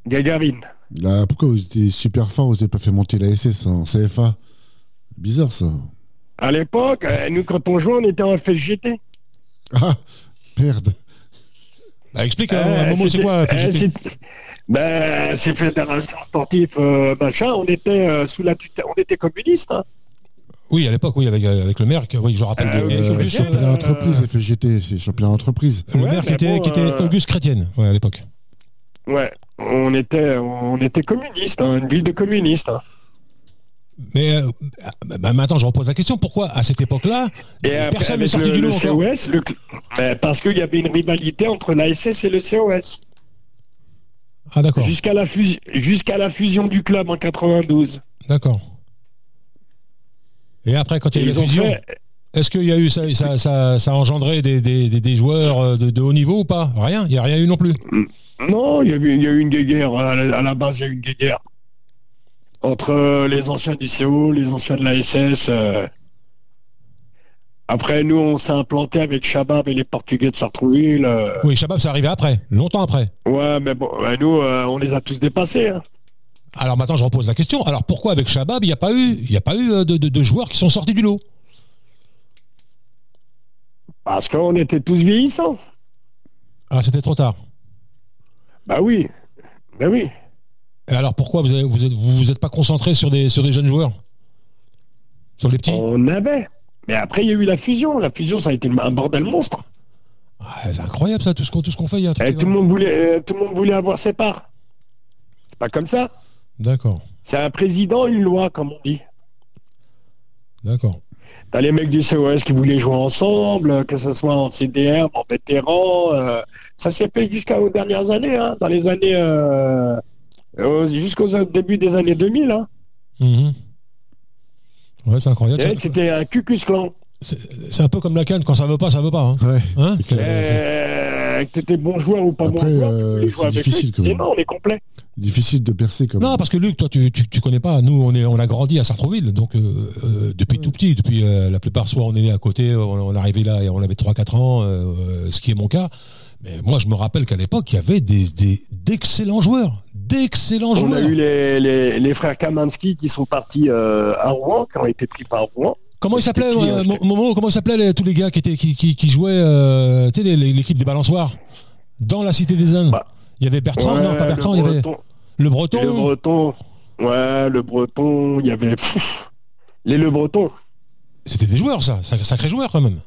[SPEAKER 4] Gagarine.
[SPEAKER 3] Là, pourquoi vous étiez super fort, vous n'avez pas fait monter la SS en CFA Bizarre ça.
[SPEAKER 4] À l'époque, euh, nous quand on jouait, on était en FSGT.
[SPEAKER 3] Ah Merde
[SPEAKER 2] Bah, explique
[SPEAKER 4] Euh,
[SPEAKER 2] à un moment c'est
[SPEAKER 4] c'était-
[SPEAKER 2] quoi
[SPEAKER 4] euh,
[SPEAKER 2] FGT?
[SPEAKER 4] c'est- Ben, c'est fédération sportive, euh, machin. On était euh, sous la tutelle, on était communiste. hein.
[SPEAKER 2] Oui, à l'époque, oui, avec, euh, avec le maire, qui- oui, je rappelle,
[SPEAKER 4] Euh,
[SPEAKER 2] de-
[SPEAKER 4] oui,
[SPEAKER 2] euh,
[SPEAKER 4] je me
[SPEAKER 2] Auguste,
[SPEAKER 4] souviens.
[SPEAKER 2] euh,
[SPEAKER 3] Championnat d'entreprise, FGT, c'est championnat d'entreprise.
[SPEAKER 2] le
[SPEAKER 4] Ouais,
[SPEAKER 2] maire qui
[SPEAKER 4] mais
[SPEAKER 2] était,
[SPEAKER 4] bon,
[SPEAKER 2] qui était
[SPEAKER 4] euh,
[SPEAKER 2] Auguste Chrétienne, ouais, à l'époque.
[SPEAKER 4] Ouais, on était, on était communiste, hein, une ville de communistes. hein.
[SPEAKER 2] Mais euh, bah, bah, maintenant, je repose la question, pourquoi à cette époque-là,
[SPEAKER 4] Et après,
[SPEAKER 2] personne n'est
[SPEAKER 4] avec
[SPEAKER 2] sorti
[SPEAKER 4] le,
[SPEAKER 2] du lot
[SPEAKER 4] le
[SPEAKER 2] encore
[SPEAKER 4] COS, le cl- ben, parce qu'il y avait une rivalité entre l'ASS et le COS
[SPEAKER 2] Ah d'accord,
[SPEAKER 4] jusqu'à la, fusi- jusqu'à la fusion du club en 92.
[SPEAKER 2] d'accord. Et après, quand il y a eu
[SPEAKER 4] Ils ont
[SPEAKER 2] les fusions,
[SPEAKER 4] fait-
[SPEAKER 2] est-ce qu'il y a eu ça, ça, ça, ça a engendré des, des, des, des joueurs euh, de, de haut niveau ou pas Rien, il n'y a rien eu non plus.
[SPEAKER 4] Non, il y a eu, il y a eu une guéguerre. À la, à la base, il y a eu une guéguerre. Entre euh, les anciens du CO, les anciens de la SS. euh. Après, nous, on s'est implanté avec Chabab et les Portugais de Sartrouville. euh.
[SPEAKER 2] Oui, Shabab, c'est arrivé après, longtemps après.
[SPEAKER 4] Ouais, mais bon, ouais, nous, euh, on les a tous dépassés. hein.
[SPEAKER 2] Alors maintenant, je repose la question. Alors pourquoi avec Shabab, il n'y a pas eu, il y a pas eu euh, de, de- de joueurs qui sont sortis du lot
[SPEAKER 4] Parce qu'on était tous vieillissants.
[SPEAKER 2] Ah, c'était trop tard.
[SPEAKER 4] Bah oui. Bah oui.
[SPEAKER 2] Et alors pourquoi vous avez- vous êtes, vous, vous êtes pas concentré sur des, sur des jeunes joueurs Sur les petits
[SPEAKER 4] On avait. Mais après, il y a eu la fusion. La fusion, ça a été un bordel monstre.
[SPEAKER 2] Ah, C'est incroyable ça, tout ce qu'on tout ce qu'on fait. il y a un truc
[SPEAKER 4] Et
[SPEAKER 2] qui
[SPEAKER 4] Eh, tout, le
[SPEAKER 2] va-
[SPEAKER 4] monde voulait, euh, tout le monde voulait avoir ses parts. C'est pas comme ça.
[SPEAKER 2] D'accord,
[SPEAKER 4] C'est un président, une loi, comme on dit.
[SPEAKER 2] d'accord.
[SPEAKER 4] T'as les mecs du COS qui voulaient jouer ensemble, euh, que ce soit en CDR, en vétéran. euh, ça s'est fait jusqu'aux dernières années, hein, dans les années. euh, aux- jusqu'au début des années 2000. Hein.
[SPEAKER 2] Mhm. Ouais, c'est incroyable.
[SPEAKER 4] Et
[SPEAKER 2] ça.
[SPEAKER 4] Eh, C'était un cucus clan.
[SPEAKER 2] C'est c'est un peu comme la canne, quand ça veut pas, ça veut pas. Hein
[SPEAKER 3] Ouais.
[SPEAKER 2] Hein
[SPEAKER 4] Eh,
[SPEAKER 3] c'est clair.
[SPEAKER 2] C'est-
[SPEAKER 4] Euh, que t'étais bon joueur ou pas
[SPEAKER 3] Après,
[SPEAKER 4] bon joueur, tu
[SPEAKER 3] euh,
[SPEAKER 4] voulais jouer
[SPEAKER 3] c'est
[SPEAKER 4] avec
[SPEAKER 3] difficile,
[SPEAKER 4] lui.
[SPEAKER 3] quand
[SPEAKER 4] C'est
[SPEAKER 3] même.
[SPEAKER 4] non, on est complet.
[SPEAKER 3] Difficile de percer comme.
[SPEAKER 2] Non, parce que Luc, toi, tu, tu, tu connais pas. Nous, on, est, on a grandi à Sartrouville, donc euh, euh, depuis tout petit, depuis euh, la plupart, soit on est né à côté, on, on est arrivé là et on avait 3-4 ans, euh, euh, ce qui est mon cas. Mais moi, je me rappelle qu'à l'époque, il y avait des des- d'excellents joueurs. D'excellents
[SPEAKER 4] On a
[SPEAKER 2] joueurs.
[SPEAKER 4] eu les, les, les frères Kamanski qui sont partis euh, à Rouen, qui ont été pris par Rouen.
[SPEAKER 2] Comment ils s'appelaient,
[SPEAKER 4] C'était qui,
[SPEAKER 2] euh,
[SPEAKER 4] hein, c'était-
[SPEAKER 2] Momo, comment ils s'appelaient les- tous les gars qui, étaient, qui, qui, qui jouaient euh, tu sais, les- les- l'équipe des balançoires dans la Cité des Indes
[SPEAKER 4] Bah,
[SPEAKER 2] Il y avait Bertrand, non, pas
[SPEAKER 4] Ouais,
[SPEAKER 2] Bertrand,
[SPEAKER 4] le
[SPEAKER 2] il y avait
[SPEAKER 4] Breton.
[SPEAKER 2] le Breton.
[SPEAKER 4] Le Breton. Ouais, le Breton. Il y avait pff, les Le Breton.
[SPEAKER 2] C'était des joueurs, ça, sac- sacrés joueurs quand même.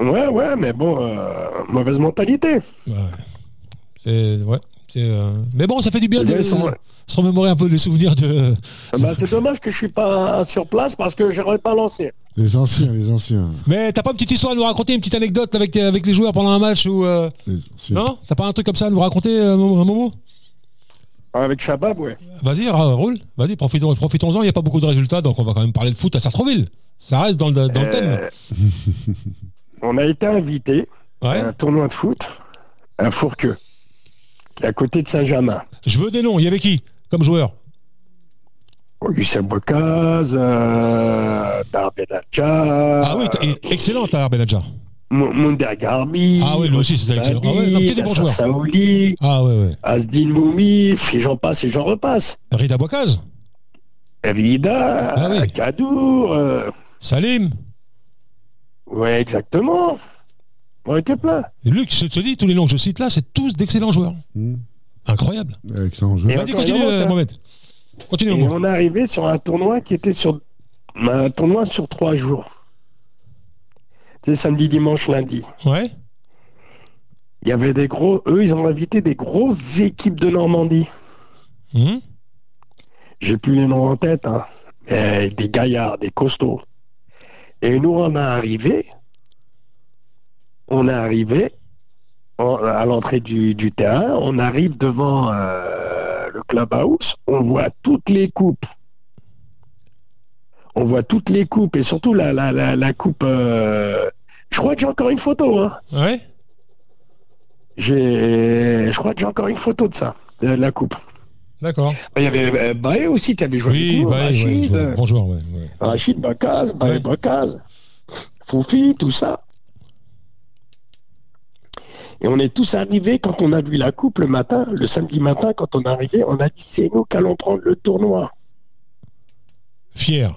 [SPEAKER 4] Ouais, ouais, mais bon, euh, mauvaise mentalité.
[SPEAKER 2] Ouais. C'est- ouais, c'est, euh, Mais bon, ça fait du bien
[SPEAKER 4] Les
[SPEAKER 2] de
[SPEAKER 4] gars, ils sont-
[SPEAKER 2] se remémorer un peu les souvenirs de.
[SPEAKER 4] Bah, c'est dommage que je suis pas sur place parce que j'aurais pas lancé.
[SPEAKER 3] Les anciens, les anciens.
[SPEAKER 2] Mais t'as pas une petite histoire à nous raconter, une petite anecdote avec, avec les joueurs pendant un match ou. euh,
[SPEAKER 3] Les anciens.
[SPEAKER 2] Non T'as pas un truc comme ça à nous raconter euh, un moment- un moment
[SPEAKER 4] Avec Chabab, ouais.
[SPEAKER 2] Vas-y, ra- roule. Vas-y, profitons- profitons-en. Il n'y a pas beaucoup de résultats, donc on va quand même parler de foot à Sartreville. Ça reste dans le, dans le thème.
[SPEAKER 4] Euh, on a été invité
[SPEAKER 2] Ouais.
[SPEAKER 4] à un tournoi de foot à Fourqueux, qui est à côté de Saint-Germain.
[SPEAKER 2] Je veux des noms. Il y avait qui comme joueur
[SPEAKER 4] Lucien Bocaz, euh, Darben Atcha,
[SPEAKER 2] Ah oui, t'as- et- excellent, t'as Benadja.
[SPEAKER 4] Mon- Monder Garbi,
[SPEAKER 2] Ah oui, lui aussi, c'était excellent. Ah ouais, non, petit des bons joueurs.
[SPEAKER 4] Saoli,
[SPEAKER 2] Ah ouais, ouais.
[SPEAKER 4] Asdin Moumi, et j'en passe et j'en repasse.
[SPEAKER 2] Rida Bocaz,
[SPEAKER 4] Rida,
[SPEAKER 2] Ah oui.
[SPEAKER 4] Kadour, euh,
[SPEAKER 2] Salim.
[SPEAKER 4] ouais, exactement. On était plein.
[SPEAKER 2] Luc, je te dis, tous les noms que je cite là, c'est tous d'excellents joueurs.
[SPEAKER 3] Mmh.
[SPEAKER 2] Incroyable.
[SPEAKER 3] Excellent jeu.
[SPEAKER 4] Et
[SPEAKER 2] Vas-y,
[SPEAKER 4] encore
[SPEAKER 2] continue,
[SPEAKER 4] une autre,
[SPEAKER 2] euh,
[SPEAKER 4] hein.
[SPEAKER 2] Mohamed. Continue,
[SPEAKER 4] Et
[SPEAKER 2] Momo.
[SPEAKER 4] on est arrivé sur un tournoi qui était sur un tournoi sur trois jours. C'est samedi, dimanche, lundi.
[SPEAKER 2] Ouais.
[SPEAKER 4] Il y avait des gros. Eux, ils ont invité des grosses équipes de Normandie.
[SPEAKER 2] Mhm.
[SPEAKER 4] J'ai plus les noms en tête, hein. Mais des gaillards, des costauds. Et nous, on est arrivé. On est arrivé en- à l'entrée du, du terrain. On arrive devant euh, le clubhouse. On voit toutes les coupes. On voit toutes les coupes et surtout la, la, la, la coupe. euh, Je crois que j'ai encore une photo. Hein.
[SPEAKER 2] Ouais.
[SPEAKER 4] J'ai... Je crois que j'ai encore une photo de ça, de la coupe.
[SPEAKER 2] D'accord.
[SPEAKER 4] Il y avait euh, Baé aussi qui avait joué.
[SPEAKER 2] Oui,
[SPEAKER 4] avec nous,
[SPEAKER 2] bah, ouais,
[SPEAKER 4] Rachid,
[SPEAKER 2] ouais, joueur. bon joueur, ouais. ouais.
[SPEAKER 4] Rachid Bakaz, Barry
[SPEAKER 2] Ouais.
[SPEAKER 4] Bakaz, Fofi, tout ça. Et on est tous arrivés quand on a vu la coupe le matin, le samedi matin, quand on est arrivé, on a dit c'est nous qu'allons prendre le tournoi.
[SPEAKER 2] Fier.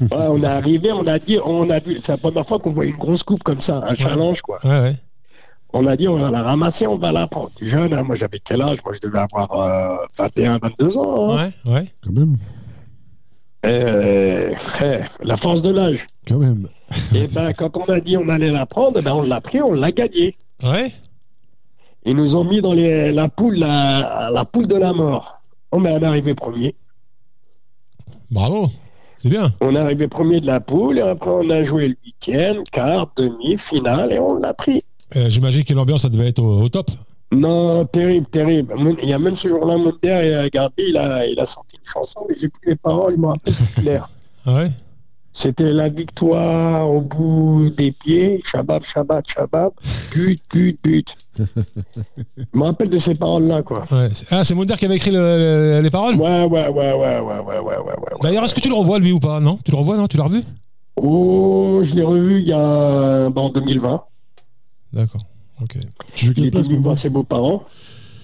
[SPEAKER 4] Ouais, on est arrivé, on a dit, on a vu, c'est la première fois qu'on voit une grosse coupe comme ça, un challenge quoi.
[SPEAKER 2] Ouais, ouais.
[SPEAKER 4] On a dit on va la ramasser, on va la prendre. Jeune, hein, moi j'avais quel âge Moi je devais avoir euh, 21, 22 ans. hein.
[SPEAKER 2] Ouais, ouais.
[SPEAKER 3] Quand même.
[SPEAKER 4] Euh, eh, la force de l'âge.
[SPEAKER 3] Quand même.
[SPEAKER 4] Et ben quand on a dit on allait la prendre, ben on l'a pris, on l'a gagné.
[SPEAKER 2] Ouais.
[SPEAKER 4] Ils nous ont mis dans les- la, poule, la, la poule de la mort. On est arrivé premier.
[SPEAKER 2] Bravo. C'est bien.
[SPEAKER 4] On est arrivé premier de la poule, et après on a joué le week-end, quart, demi, finale, et on l'a pris.
[SPEAKER 2] Euh, J'imagine que l'ambiance, ça devait être au, au top.
[SPEAKER 4] Non, terrible, terrible. Mon- euh, Il y a même ce jour-là, Monder, et Garbi, il a, il a sorti une chanson, mais j'ai plus les paroles, je me rappelle plus l'air.
[SPEAKER 2] Ah Ouais.
[SPEAKER 4] C'était la victoire au bout des pieds, shabab, shabab, shabab, but, but, but. Je me rappelle de ces paroles-là, quoi.
[SPEAKER 2] Ouais. Ah, c'est Mounir qui avait écrit le- le- les paroles
[SPEAKER 4] Ouais, ouais, ouais, ouais, ouais, ouais, ouais, ouais, ouais. ouais.
[SPEAKER 2] D'ailleurs, est-ce que tu le revois, lui, ou pas Non Tu le revois, non Tu l'as revu
[SPEAKER 4] Oh, je l'ai revu il y a, bah, en 2020.
[SPEAKER 2] D'accord. Ok.
[SPEAKER 3] Tu joues
[SPEAKER 4] Il
[SPEAKER 3] quelle
[SPEAKER 4] est
[SPEAKER 3] place,
[SPEAKER 4] venu
[SPEAKER 3] Momo
[SPEAKER 4] voir ses beaux-parents.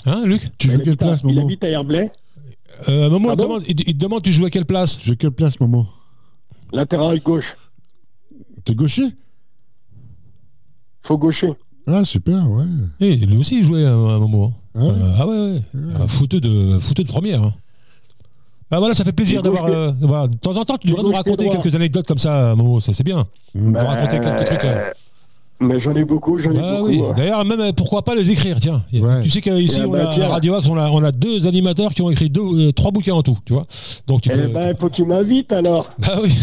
[SPEAKER 2] Hein, Luc
[SPEAKER 3] Tu joues
[SPEAKER 4] Il
[SPEAKER 3] quelle
[SPEAKER 4] habite à-
[SPEAKER 3] place,
[SPEAKER 4] Il
[SPEAKER 3] Momo
[SPEAKER 4] habite à Herblay,
[SPEAKER 2] euh, Momo, il te,
[SPEAKER 4] Pardon
[SPEAKER 2] demande, il- il te demande tu joues à quelle place
[SPEAKER 3] Tu joues quelle place, Momo
[SPEAKER 4] latéral gauche.
[SPEAKER 3] T'es gaucher
[SPEAKER 4] Faut gaucher.
[SPEAKER 3] Ah, super, ouais.
[SPEAKER 2] Eh, Lui aussi, il jouait à un moment.
[SPEAKER 3] Ah ouais
[SPEAKER 2] ah ouais, ouais. Un fouteux de, fouteux de première. hein. Bah voilà, ça fait plaisir
[SPEAKER 4] Du coup,
[SPEAKER 2] d'avoir.
[SPEAKER 4] je-
[SPEAKER 2] euh, voilà. De temps en temps, tu
[SPEAKER 4] Du
[SPEAKER 2] devrais nous
[SPEAKER 4] coup, je fais
[SPEAKER 2] raconter
[SPEAKER 4] droit.
[SPEAKER 2] quelques anecdotes comme ça, euh, Momo, ça c'est bien. Nous
[SPEAKER 3] Bah,
[SPEAKER 2] raconter quelques trucs. euh.
[SPEAKER 4] Euh, Mais j'en ai beaucoup, j'en ai
[SPEAKER 2] Bah
[SPEAKER 4] beaucoup.
[SPEAKER 2] oui.
[SPEAKER 4] hein.
[SPEAKER 2] D'ailleurs, même euh, pourquoi pas les écrire, tiens. Et-
[SPEAKER 3] Ouais.
[SPEAKER 2] Tu sais qu'ici,
[SPEAKER 4] Eh
[SPEAKER 2] on
[SPEAKER 4] ben,
[SPEAKER 2] a,
[SPEAKER 4] tiens.
[SPEAKER 2] à Radio Axe, on a, on a deux animateurs qui ont écrit deux, euh, trois bouquins en tout, tu vois. Donc tu
[SPEAKER 4] Eh
[SPEAKER 2] peux.
[SPEAKER 4] ben, faut que tu m'invites alors.
[SPEAKER 2] Bah oui.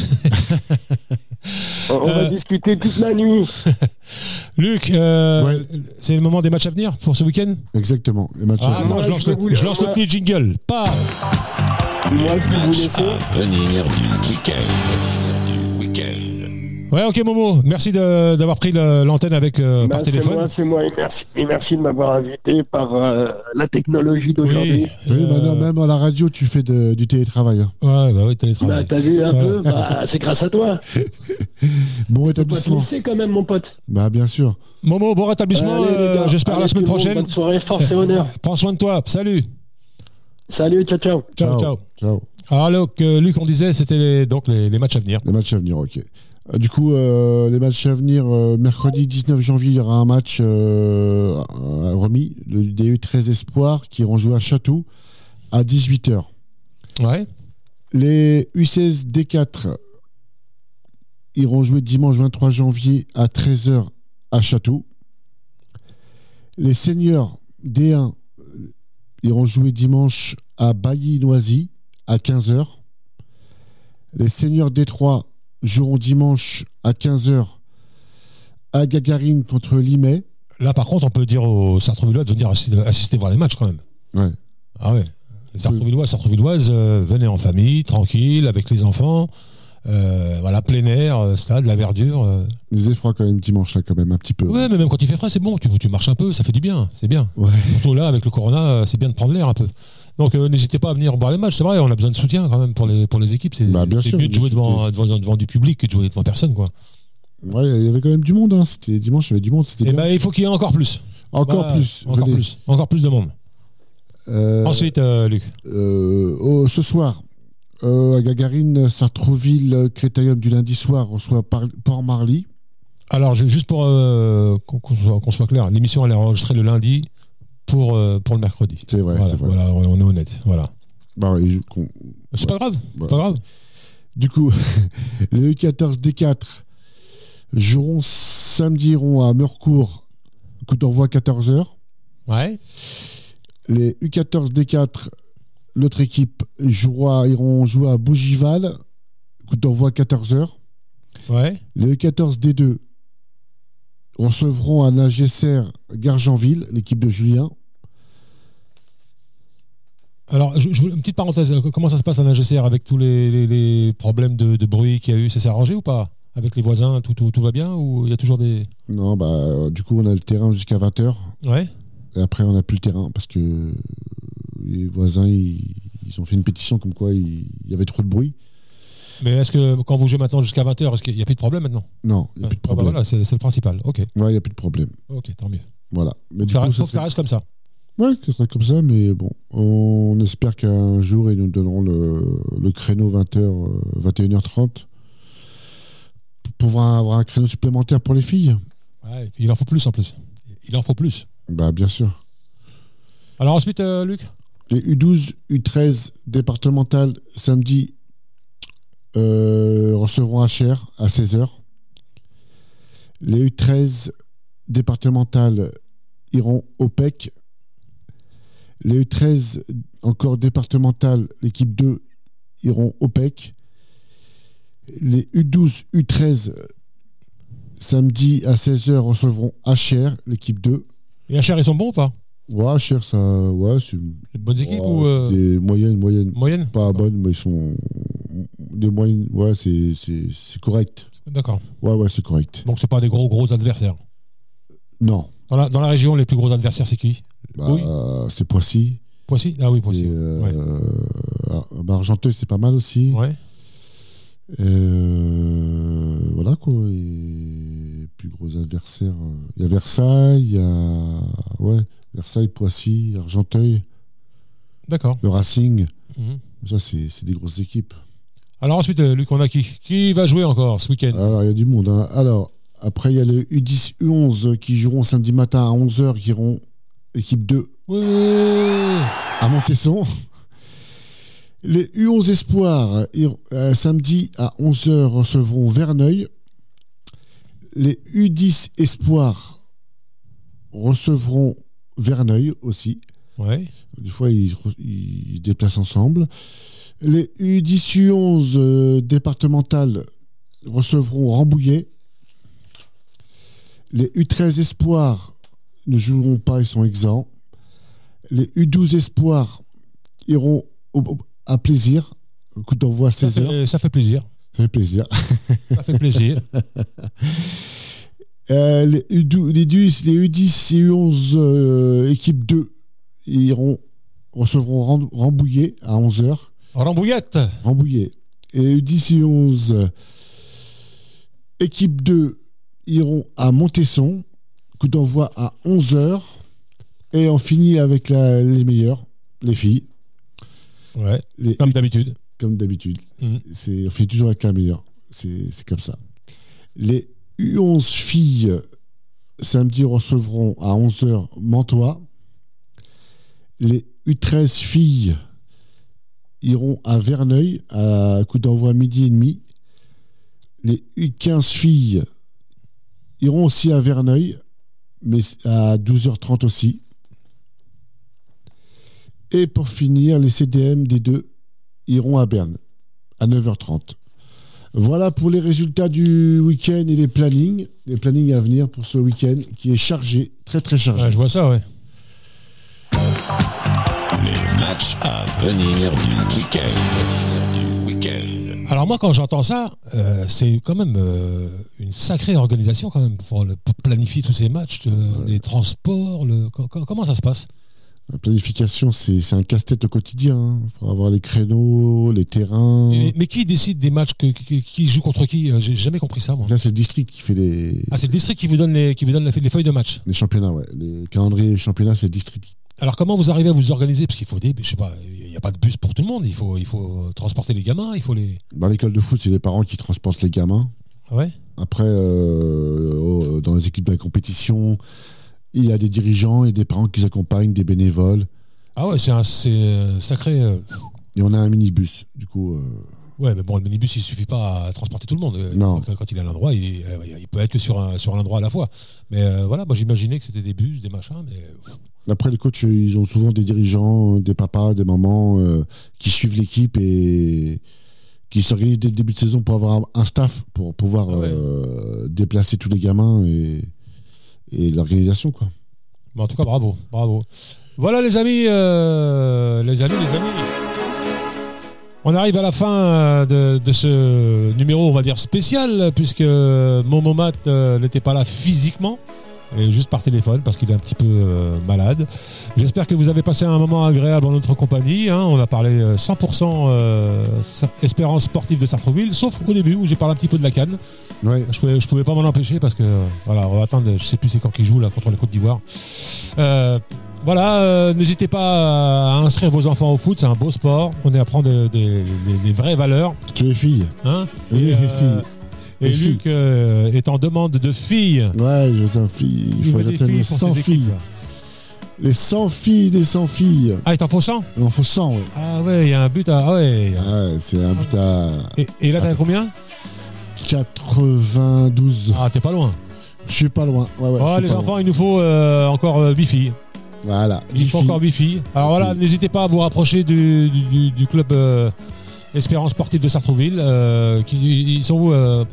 [SPEAKER 4] On on va
[SPEAKER 2] Euh,
[SPEAKER 4] discuter toute la nuit.
[SPEAKER 2] Luc, euh,
[SPEAKER 3] Ouais.
[SPEAKER 2] c'est le moment des matchs à venir pour ce week-end
[SPEAKER 3] Exactement. Les matchs
[SPEAKER 2] Ah,
[SPEAKER 3] à
[SPEAKER 2] non,
[SPEAKER 4] moi,
[SPEAKER 2] je
[SPEAKER 4] je
[SPEAKER 2] lance,
[SPEAKER 4] vais
[SPEAKER 2] le,
[SPEAKER 4] vous le-
[SPEAKER 2] je lance le
[SPEAKER 4] moi-
[SPEAKER 2] petit jingle. Pas.
[SPEAKER 4] Moi, je vais vous
[SPEAKER 1] Match
[SPEAKER 2] Euh,
[SPEAKER 4] laisser.
[SPEAKER 1] à venir du week-end. Du week-end.
[SPEAKER 2] Ouais, ok, Momo. Merci de- d'avoir pris le- l'antenne avec euh,
[SPEAKER 4] Bah,
[SPEAKER 2] par
[SPEAKER 4] c'est
[SPEAKER 2] téléphone.
[SPEAKER 4] moi, c'est moi, et merci, et merci de m'avoir invité par euh, la technologie d'aujourd'hui.
[SPEAKER 3] Oui,
[SPEAKER 2] euh,
[SPEAKER 3] maintenant, même à la radio, tu fais de- du télétravail. hein.
[SPEAKER 2] Ouais, bah oui,
[SPEAKER 4] Bah,
[SPEAKER 2] télétravail.
[SPEAKER 4] t'as vu un
[SPEAKER 2] Ouais.
[SPEAKER 4] peu, bah, c'est grâce à toi.
[SPEAKER 3] Bon
[SPEAKER 4] Tu dois te
[SPEAKER 3] établissement.
[SPEAKER 4] laisser quand même, mon pote.
[SPEAKER 3] Bah, bien sûr.
[SPEAKER 2] Momo, bon rétablissement.
[SPEAKER 4] Allez, les
[SPEAKER 2] euh,
[SPEAKER 4] gars,
[SPEAKER 2] J'espère à la
[SPEAKER 4] allez,
[SPEAKER 2] semaine
[SPEAKER 4] tout le monde,
[SPEAKER 2] prochaine.
[SPEAKER 4] Bonne soirée, force et honneur.
[SPEAKER 2] Prends soin de toi. Salut.
[SPEAKER 4] Salut, ciao, ciao.
[SPEAKER 2] Ciao, ciao. Ah,
[SPEAKER 3] Ciao.
[SPEAKER 2] Alors que Luc, on disait, c'était les- donc les, les matchs à venir.
[SPEAKER 3] Les matchs à venir, ok. Euh, Du coup, euh, les matchs à venir, euh, mercredi 19 janvier, il y aura un match euh, à- à remis, le DU 13 Espoir, qui iront jouer à Château à 18h.
[SPEAKER 2] Ouais.
[SPEAKER 3] Les U16 D4 iront jouer dimanche 23 janvier à 13h à Château. Les seniors D1 iront jouer dimanche à Bailly-Noisy à 15h. Les seniors D3 joueront dimanche à 15h à Gagarine contre Limay.
[SPEAKER 2] Là, par contre, on peut dire aux Sartrouvillois de venir assi- assister voir les matchs quand même.
[SPEAKER 3] Ouais.
[SPEAKER 2] Ah ouais. Les Sartrouvillois, Sartrouvilloises, euh, venez en famille, tranquille, avec les enfants. Euh, voilà, plein air, euh, stade, la verdure. euh.
[SPEAKER 3] Les effrois quand même dimanche là quand même un petit peu.
[SPEAKER 2] Ouais, mais même quand il fait froid, c'est bon. Tu, tu marches un peu, ça fait du bien. C'est bien.
[SPEAKER 3] Ouais.
[SPEAKER 2] Surtout là, avec le Corona, euh, c'est bien de prendre l'air un peu. Donc euh, n'hésitez pas à venir voir les matchs. C'est vrai, on a besoin de soutien quand même pour les, pour les équipes. C'est
[SPEAKER 3] Bah, bien
[SPEAKER 2] c'est
[SPEAKER 3] sûr,
[SPEAKER 2] mieux de
[SPEAKER 3] bien
[SPEAKER 2] jouer
[SPEAKER 3] sûr,
[SPEAKER 2] devant,
[SPEAKER 3] bien
[SPEAKER 2] devant, devant du public que de jouer devant personne. Quoi.
[SPEAKER 3] Ouais, il y avait quand même du monde. Hein. C'était dimanche, il y avait du monde. C'était
[SPEAKER 2] Et
[SPEAKER 3] bien.
[SPEAKER 2] ben, il faut qu'il y ait encore plus.
[SPEAKER 3] encore
[SPEAKER 2] Voilà,
[SPEAKER 3] plus.
[SPEAKER 2] ben, Encore
[SPEAKER 3] venez.
[SPEAKER 2] plus. Encore plus de monde.
[SPEAKER 3] Euh,
[SPEAKER 2] Ensuite, euh, Luc.
[SPEAKER 3] Euh, oh, ce soir, euh, à Gagarine, Sartrouville, euh, Créteillum du lundi soir reçoit Par- Port-Marly.
[SPEAKER 2] Alors, je- juste pour euh, qu'on qu'on soit, qu'on soit clair, l'émission elle est enregistrée le lundi pour, euh, pour le mercredi.
[SPEAKER 3] C'est vrai,
[SPEAKER 2] voilà,
[SPEAKER 3] c'est vrai.
[SPEAKER 2] voilà, on est honnête. Voilà.
[SPEAKER 3] Bah ouais, je- qu'on-
[SPEAKER 2] C'est pas grave, c'est
[SPEAKER 3] Ouais.
[SPEAKER 2] pas grave.
[SPEAKER 3] bah. Du coup, les E U14 D4 joueront samedi iront à Meurcourt, coup d'envoi 14h.
[SPEAKER 2] Ouais.
[SPEAKER 3] Les E U14 D4, l'autre équipe, jouera, iront jouer à Bougival, coup d'envoi 14h.
[SPEAKER 2] Ouais.
[SPEAKER 3] Les U14 D2 recevront à Nagesser Gargenville, l'équipe de Julien.
[SPEAKER 2] Alors, je, je voulais- une petite parenthèse. euh, Comment ça se passe à l'AGCR avec tous les, les- les problèmes de, de bruit qu'il y a eu Ça s'est arrangé ou pas Avec les voisins, tout, tout, tout va bien Ou il y a toujours des.
[SPEAKER 3] Non, bah, euh, du coup, on a le terrain jusqu'à 20h.
[SPEAKER 2] Ouais.
[SPEAKER 3] Et après, on n'a plus le terrain parce que euh, les voisins, ils, ils ont fait une pétition comme quoi il il y avait trop de bruit.
[SPEAKER 2] Mais est-ce que quand vous jouez maintenant jusqu'à 20h, est-ce qu'il n'y a plus de problème maintenant
[SPEAKER 3] Non, il n'y a plus de
[SPEAKER 2] Ah bah
[SPEAKER 3] problème.
[SPEAKER 2] Voilà, c'est c'est le principal. Ok,
[SPEAKER 3] Ouais, il n'y a plus de problème.
[SPEAKER 2] ok, tant mieux.
[SPEAKER 3] Voilà. Mais
[SPEAKER 2] Ça reste-
[SPEAKER 3] ça
[SPEAKER 2] faut que ça reste comme ça.
[SPEAKER 3] serait- ouais, ça serait comme ça, mais bon. On espère qu'un jour, ils nous donneront le, le créneau euh, 20h, 21h30 pour pouvoir avoir un créneau supplémentaire pour les filles.
[SPEAKER 2] Ouais, et puis il en faut plus en plus. Il en faut plus.
[SPEAKER 3] Bah, bien sûr.
[SPEAKER 2] Alors ensuite, euh, Luc
[SPEAKER 3] Les U12, U13 départementales samedi euh, recevront HR à 16h. Les U13 départementales iront au E PEC. Les U13 encore départementales, l'équipe 2 iront au PEC. Les U12, U13 samedi à 16h recevront HR, l'équipe 2.
[SPEAKER 2] Et HR, ils sont bons ou pas
[SPEAKER 3] Ouais, HR, ça, ouais, c'est
[SPEAKER 2] Bonnes équipes
[SPEAKER 3] Ouais,
[SPEAKER 2] ou euh,
[SPEAKER 3] Des moyennes, moyennes.
[SPEAKER 2] moyennes
[SPEAKER 3] Pas bonnes, mais ils sont des moyennes. Ouais, c'est- c'est c'est correct.
[SPEAKER 2] D'accord.
[SPEAKER 3] Ouais, ouais, c'est correct.
[SPEAKER 2] Donc c'est pas des gros gros adversaires.
[SPEAKER 3] Non.
[SPEAKER 2] Dans la, dans la région, les plus gros adversaires, c'est qui
[SPEAKER 3] Bah,
[SPEAKER 2] Oui.
[SPEAKER 3] euh, c'est Poissy.
[SPEAKER 2] Poissy Ah oui, Poissy.
[SPEAKER 3] Et, euh, ah, bah, Argenteuil, c'est pas mal aussi.
[SPEAKER 2] Ouais.
[SPEAKER 3] Euh, voilà quoi. Et plus gros adversaires. euh, Il y a Versailles, il y a. Ouais, Versailles, Poissy, Argenteuil,
[SPEAKER 2] D'accord.
[SPEAKER 3] le Racing.
[SPEAKER 2] Mhm.
[SPEAKER 3] Ça, c'est c'est des grosses équipes.
[SPEAKER 2] Alors ensuite, euh, Luc, on a qui Qui va jouer encore ce week-end
[SPEAKER 3] Alors, il y a du monde. hein. Alors, après, il y a le U10, U11 qui joueront samedi matin à 11h, qui iront équipe 2
[SPEAKER 2] Ouais.
[SPEAKER 3] à Montesson. Les U11 Espoirs, ils- euh, samedi à 11h, recevront Verneuil. Les U10 Espoirs recevront Verneuil aussi.
[SPEAKER 2] Ouais.
[SPEAKER 3] Des fois, ils, re- ils se déplacent ensemble. Les U10, U11 euh, départementales recevront Rambouillet. Les U13 Espoirs ne joueront pas, ils sont exempts. Les U12 Espoirs iront au- au- à plaisir. Coup d'envoi à
[SPEAKER 2] Ça
[SPEAKER 3] 16h. Ça
[SPEAKER 2] fait, ça fait plaisir.
[SPEAKER 3] fait plaisir.
[SPEAKER 2] Ça fait plaisir.
[SPEAKER 3] Euh, les, U12 les, U10, les U10 et U11 euh, équipe 2 iront, recevront Ram- Rambouillet à 11h.
[SPEAKER 2] Rambouillette
[SPEAKER 3] Rambouillet. Et U10 et 11, euh, équipe 2, iront à Montesson. Coup d'envoi à 11h. Et on finit avec la- les meilleurs, les filles.
[SPEAKER 2] Ouais,
[SPEAKER 3] Les-
[SPEAKER 2] comme d'habitude.
[SPEAKER 3] comme d'habitude.
[SPEAKER 2] Mhm.
[SPEAKER 3] C'est On finit toujours avec la meilleure. C'est c'est comme ça. Les U11 filles, samedi, recevront à 11h Mantois. Les U13 filles iront à Verneuil à coup d'envoi midi et demi. Les U15 filles iront aussi à Verneuil, mais à 12h30 aussi. Et pour finir, les CDM des deux iront à Berne à 9h30. Voilà pour les résultats du week-end et les plannings, les plannings à venir pour ce week-end qui est chargé, très très chargé.
[SPEAKER 2] Ouais, je vois ça, ouais.
[SPEAKER 1] Les matchs à venir du week-end. Du week-end.
[SPEAKER 3] Mm.
[SPEAKER 2] Alors moi, quand j'entends ça, euh, c'est quand même euh, une sacrée organisation quand même pour, le- pour planifier tous ces matchs, euh, les transports, le, co- co- comment ça se passe
[SPEAKER 3] La planification, c'est c'est un casse-tête au quotidien. hein. Il faut avoir les créneaux, les terrains.
[SPEAKER 2] Et- Mais qui décide des matchs que- qui, qui joue contre qui Euh, J'ai jamais compris ça, moi.
[SPEAKER 3] Là, c'est le district qui fait les,
[SPEAKER 2] Ah, c'est le district qui vous donne les, qui vous donne la- les feuilles de match.
[SPEAKER 3] les championnats. ouais. Les calendriers et championnats, c'est le district.
[SPEAKER 2] Alors comment vous arrivez à vous organiser Parce qu'il faut des, je sais pas, il n'y a pas de bus pour tout le monde. Il faut, il faut transporter les gamins, il faut les.
[SPEAKER 3] Dans l'école de foot, c'est les parents qui transportent les gamins.
[SPEAKER 2] Ah ouais.
[SPEAKER 3] Après, euh, au- dans les équipes de la compétition, il y a des dirigeants et des parents qui les accompagnent, des bénévoles.
[SPEAKER 2] Ah ouais, c'est un, c'est euh, sacré. euh,
[SPEAKER 3] Et on a un minibus. Du coup, euh,
[SPEAKER 2] Ouais, mais bon, le minibus, il suffit pas à transporter tout le monde. Euh,
[SPEAKER 3] Non.
[SPEAKER 2] Quand, quand il est à l'endroit, il, euh, il peut être que sur un, sur un endroit à la fois. Mais euh, voilà, moi j'imaginais que c'était des bus, des machins, mais euh,
[SPEAKER 3] Après, les coachs, euh, ils ont souvent des dirigeants, euh, des papas, des mamans euh, qui suivent l'équipe et qui s'organisent dès le début de saison pour avoir un staff pour pouvoir
[SPEAKER 2] Ah ouais.
[SPEAKER 3] euh, déplacer tous les gamins et, et l'organisation. quoi.
[SPEAKER 2] Mais en tout cas, bravo, bravo. Voilà les amis, euh, les amis, les amis. On arrive à la fin euh, de, de ce numéro, on va dire spécial, puisque Momomat euh, n'était pas là physiquement, et juste par téléphone, parce qu'il est un petit peu euh, malade. J'espère que vous avez passé un moment agréable en notre compagnie. hein. On a parlé euh, 100% euh, espérance sportive de Sartreville, sauf au début où j'ai parlé un petit peu de la canne.
[SPEAKER 3] Ouais.
[SPEAKER 2] Je pouvais, je pouvais pas m'en empêcher parce que euh, voilà, on va attendre, je sais plus c'est quand qui joue là contre la Côte d'Ivoire. Euh, voilà, euh, n'hésitez pas à inscrire vos enfants au foot, c'est un beau sport. On est à prendre des, des- des- des vraies valeurs.
[SPEAKER 3] Tu les filles
[SPEAKER 2] Hein
[SPEAKER 3] Oui,
[SPEAKER 2] et,
[SPEAKER 3] les filles.
[SPEAKER 2] et
[SPEAKER 3] Les
[SPEAKER 2] Luc euh, est en demande de filles.
[SPEAKER 3] Ouais, je veux dire, filles. Il faut
[SPEAKER 2] veut des
[SPEAKER 3] atteindre les
[SPEAKER 2] pour
[SPEAKER 3] 100
[SPEAKER 2] ses équipes,
[SPEAKER 3] filles.
[SPEAKER 2] là.
[SPEAKER 3] Les 100 filles des 100 filles.
[SPEAKER 2] Ah, il t'en faut 100
[SPEAKER 3] Il en faut 100, ouais.
[SPEAKER 2] Ah ouais, il y a un but à. Ah ouais.
[SPEAKER 3] Ouais, c'est un but à
[SPEAKER 2] Et, et là, t'as combien
[SPEAKER 3] 92.
[SPEAKER 2] Ah, t'es pas loin.
[SPEAKER 3] Je suis pas loin. Ouais, ouais, je
[SPEAKER 2] Oh,
[SPEAKER 3] suis
[SPEAKER 2] les
[SPEAKER 3] pas
[SPEAKER 2] enfants,
[SPEAKER 3] loin.
[SPEAKER 2] il nous faut euh, encore euh, huit filles.
[SPEAKER 3] Voilà.
[SPEAKER 2] Il faut
[SPEAKER 3] Dix
[SPEAKER 2] encore 8 filles. Alors voilà,
[SPEAKER 3] Oui.
[SPEAKER 2] n'hésitez pas à vous rapprocher du, du- du- du club euh, Espérance Sportive de Sartrouville. euh, qui, ils sont où euh,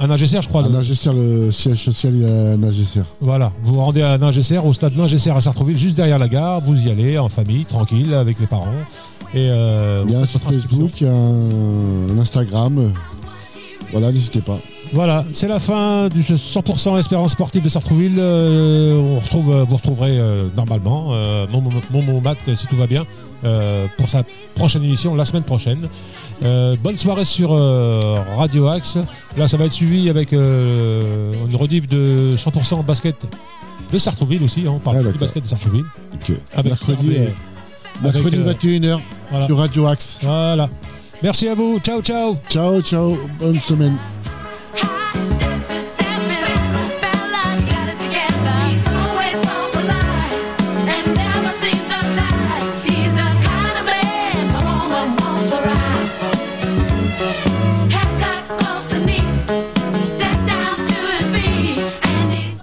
[SPEAKER 2] Un AGCR, je crois.
[SPEAKER 3] À
[SPEAKER 2] le-
[SPEAKER 3] Nagesser, le siège social, il y a Nagesser.
[SPEAKER 2] Voilà, vous vous rendez à Ningesser, au stade Ningesser à Sartrouville, juste derrière la gare, vous y allez en famille, tranquille, avec les parents. Et euh,
[SPEAKER 3] Il y a un
[SPEAKER 2] votre
[SPEAKER 3] site
[SPEAKER 2] transcription.
[SPEAKER 3] Facebook, il y a un, un Instagram. Voilà, n'hésitez pas.
[SPEAKER 2] Voilà, c'est la fin du 100% Espérance sportive de Sartrouville. Euh, on retrouve, euh, vous retrouverez euh, normalement euh, mon, mon, mon- mon Matt, si tout va bien, euh, pour sa prochaine émission la semaine prochaine. Euh, bonne soirée sur euh, Radio Axe. Là, ça va être suivi avec euh, une rediff de 100% basket de Sartrouville aussi. hein. on parle
[SPEAKER 3] Ah,
[SPEAKER 2] du
[SPEAKER 3] d'accord.
[SPEAKER 2] basket de Sartrouville.
[SPEAKER 3] Ok.
[SPEAKER 2] Avec
[SPEAKER 3] mercredi,
[SPEAKER 2] Hervé.
[SPEAKER 3] euh, mercredi
[SPEAKER 2] euh,
[SPEAKER 3] 21h
[SPEAKER 2] voilà.
[SPEAKER 3] sur Radio Axe.
[SPEAKER 2] Voilà. Merci à vous. Ciao, ciao.
[SPEAKER 3] Ciao, ciao. Bonne semaine.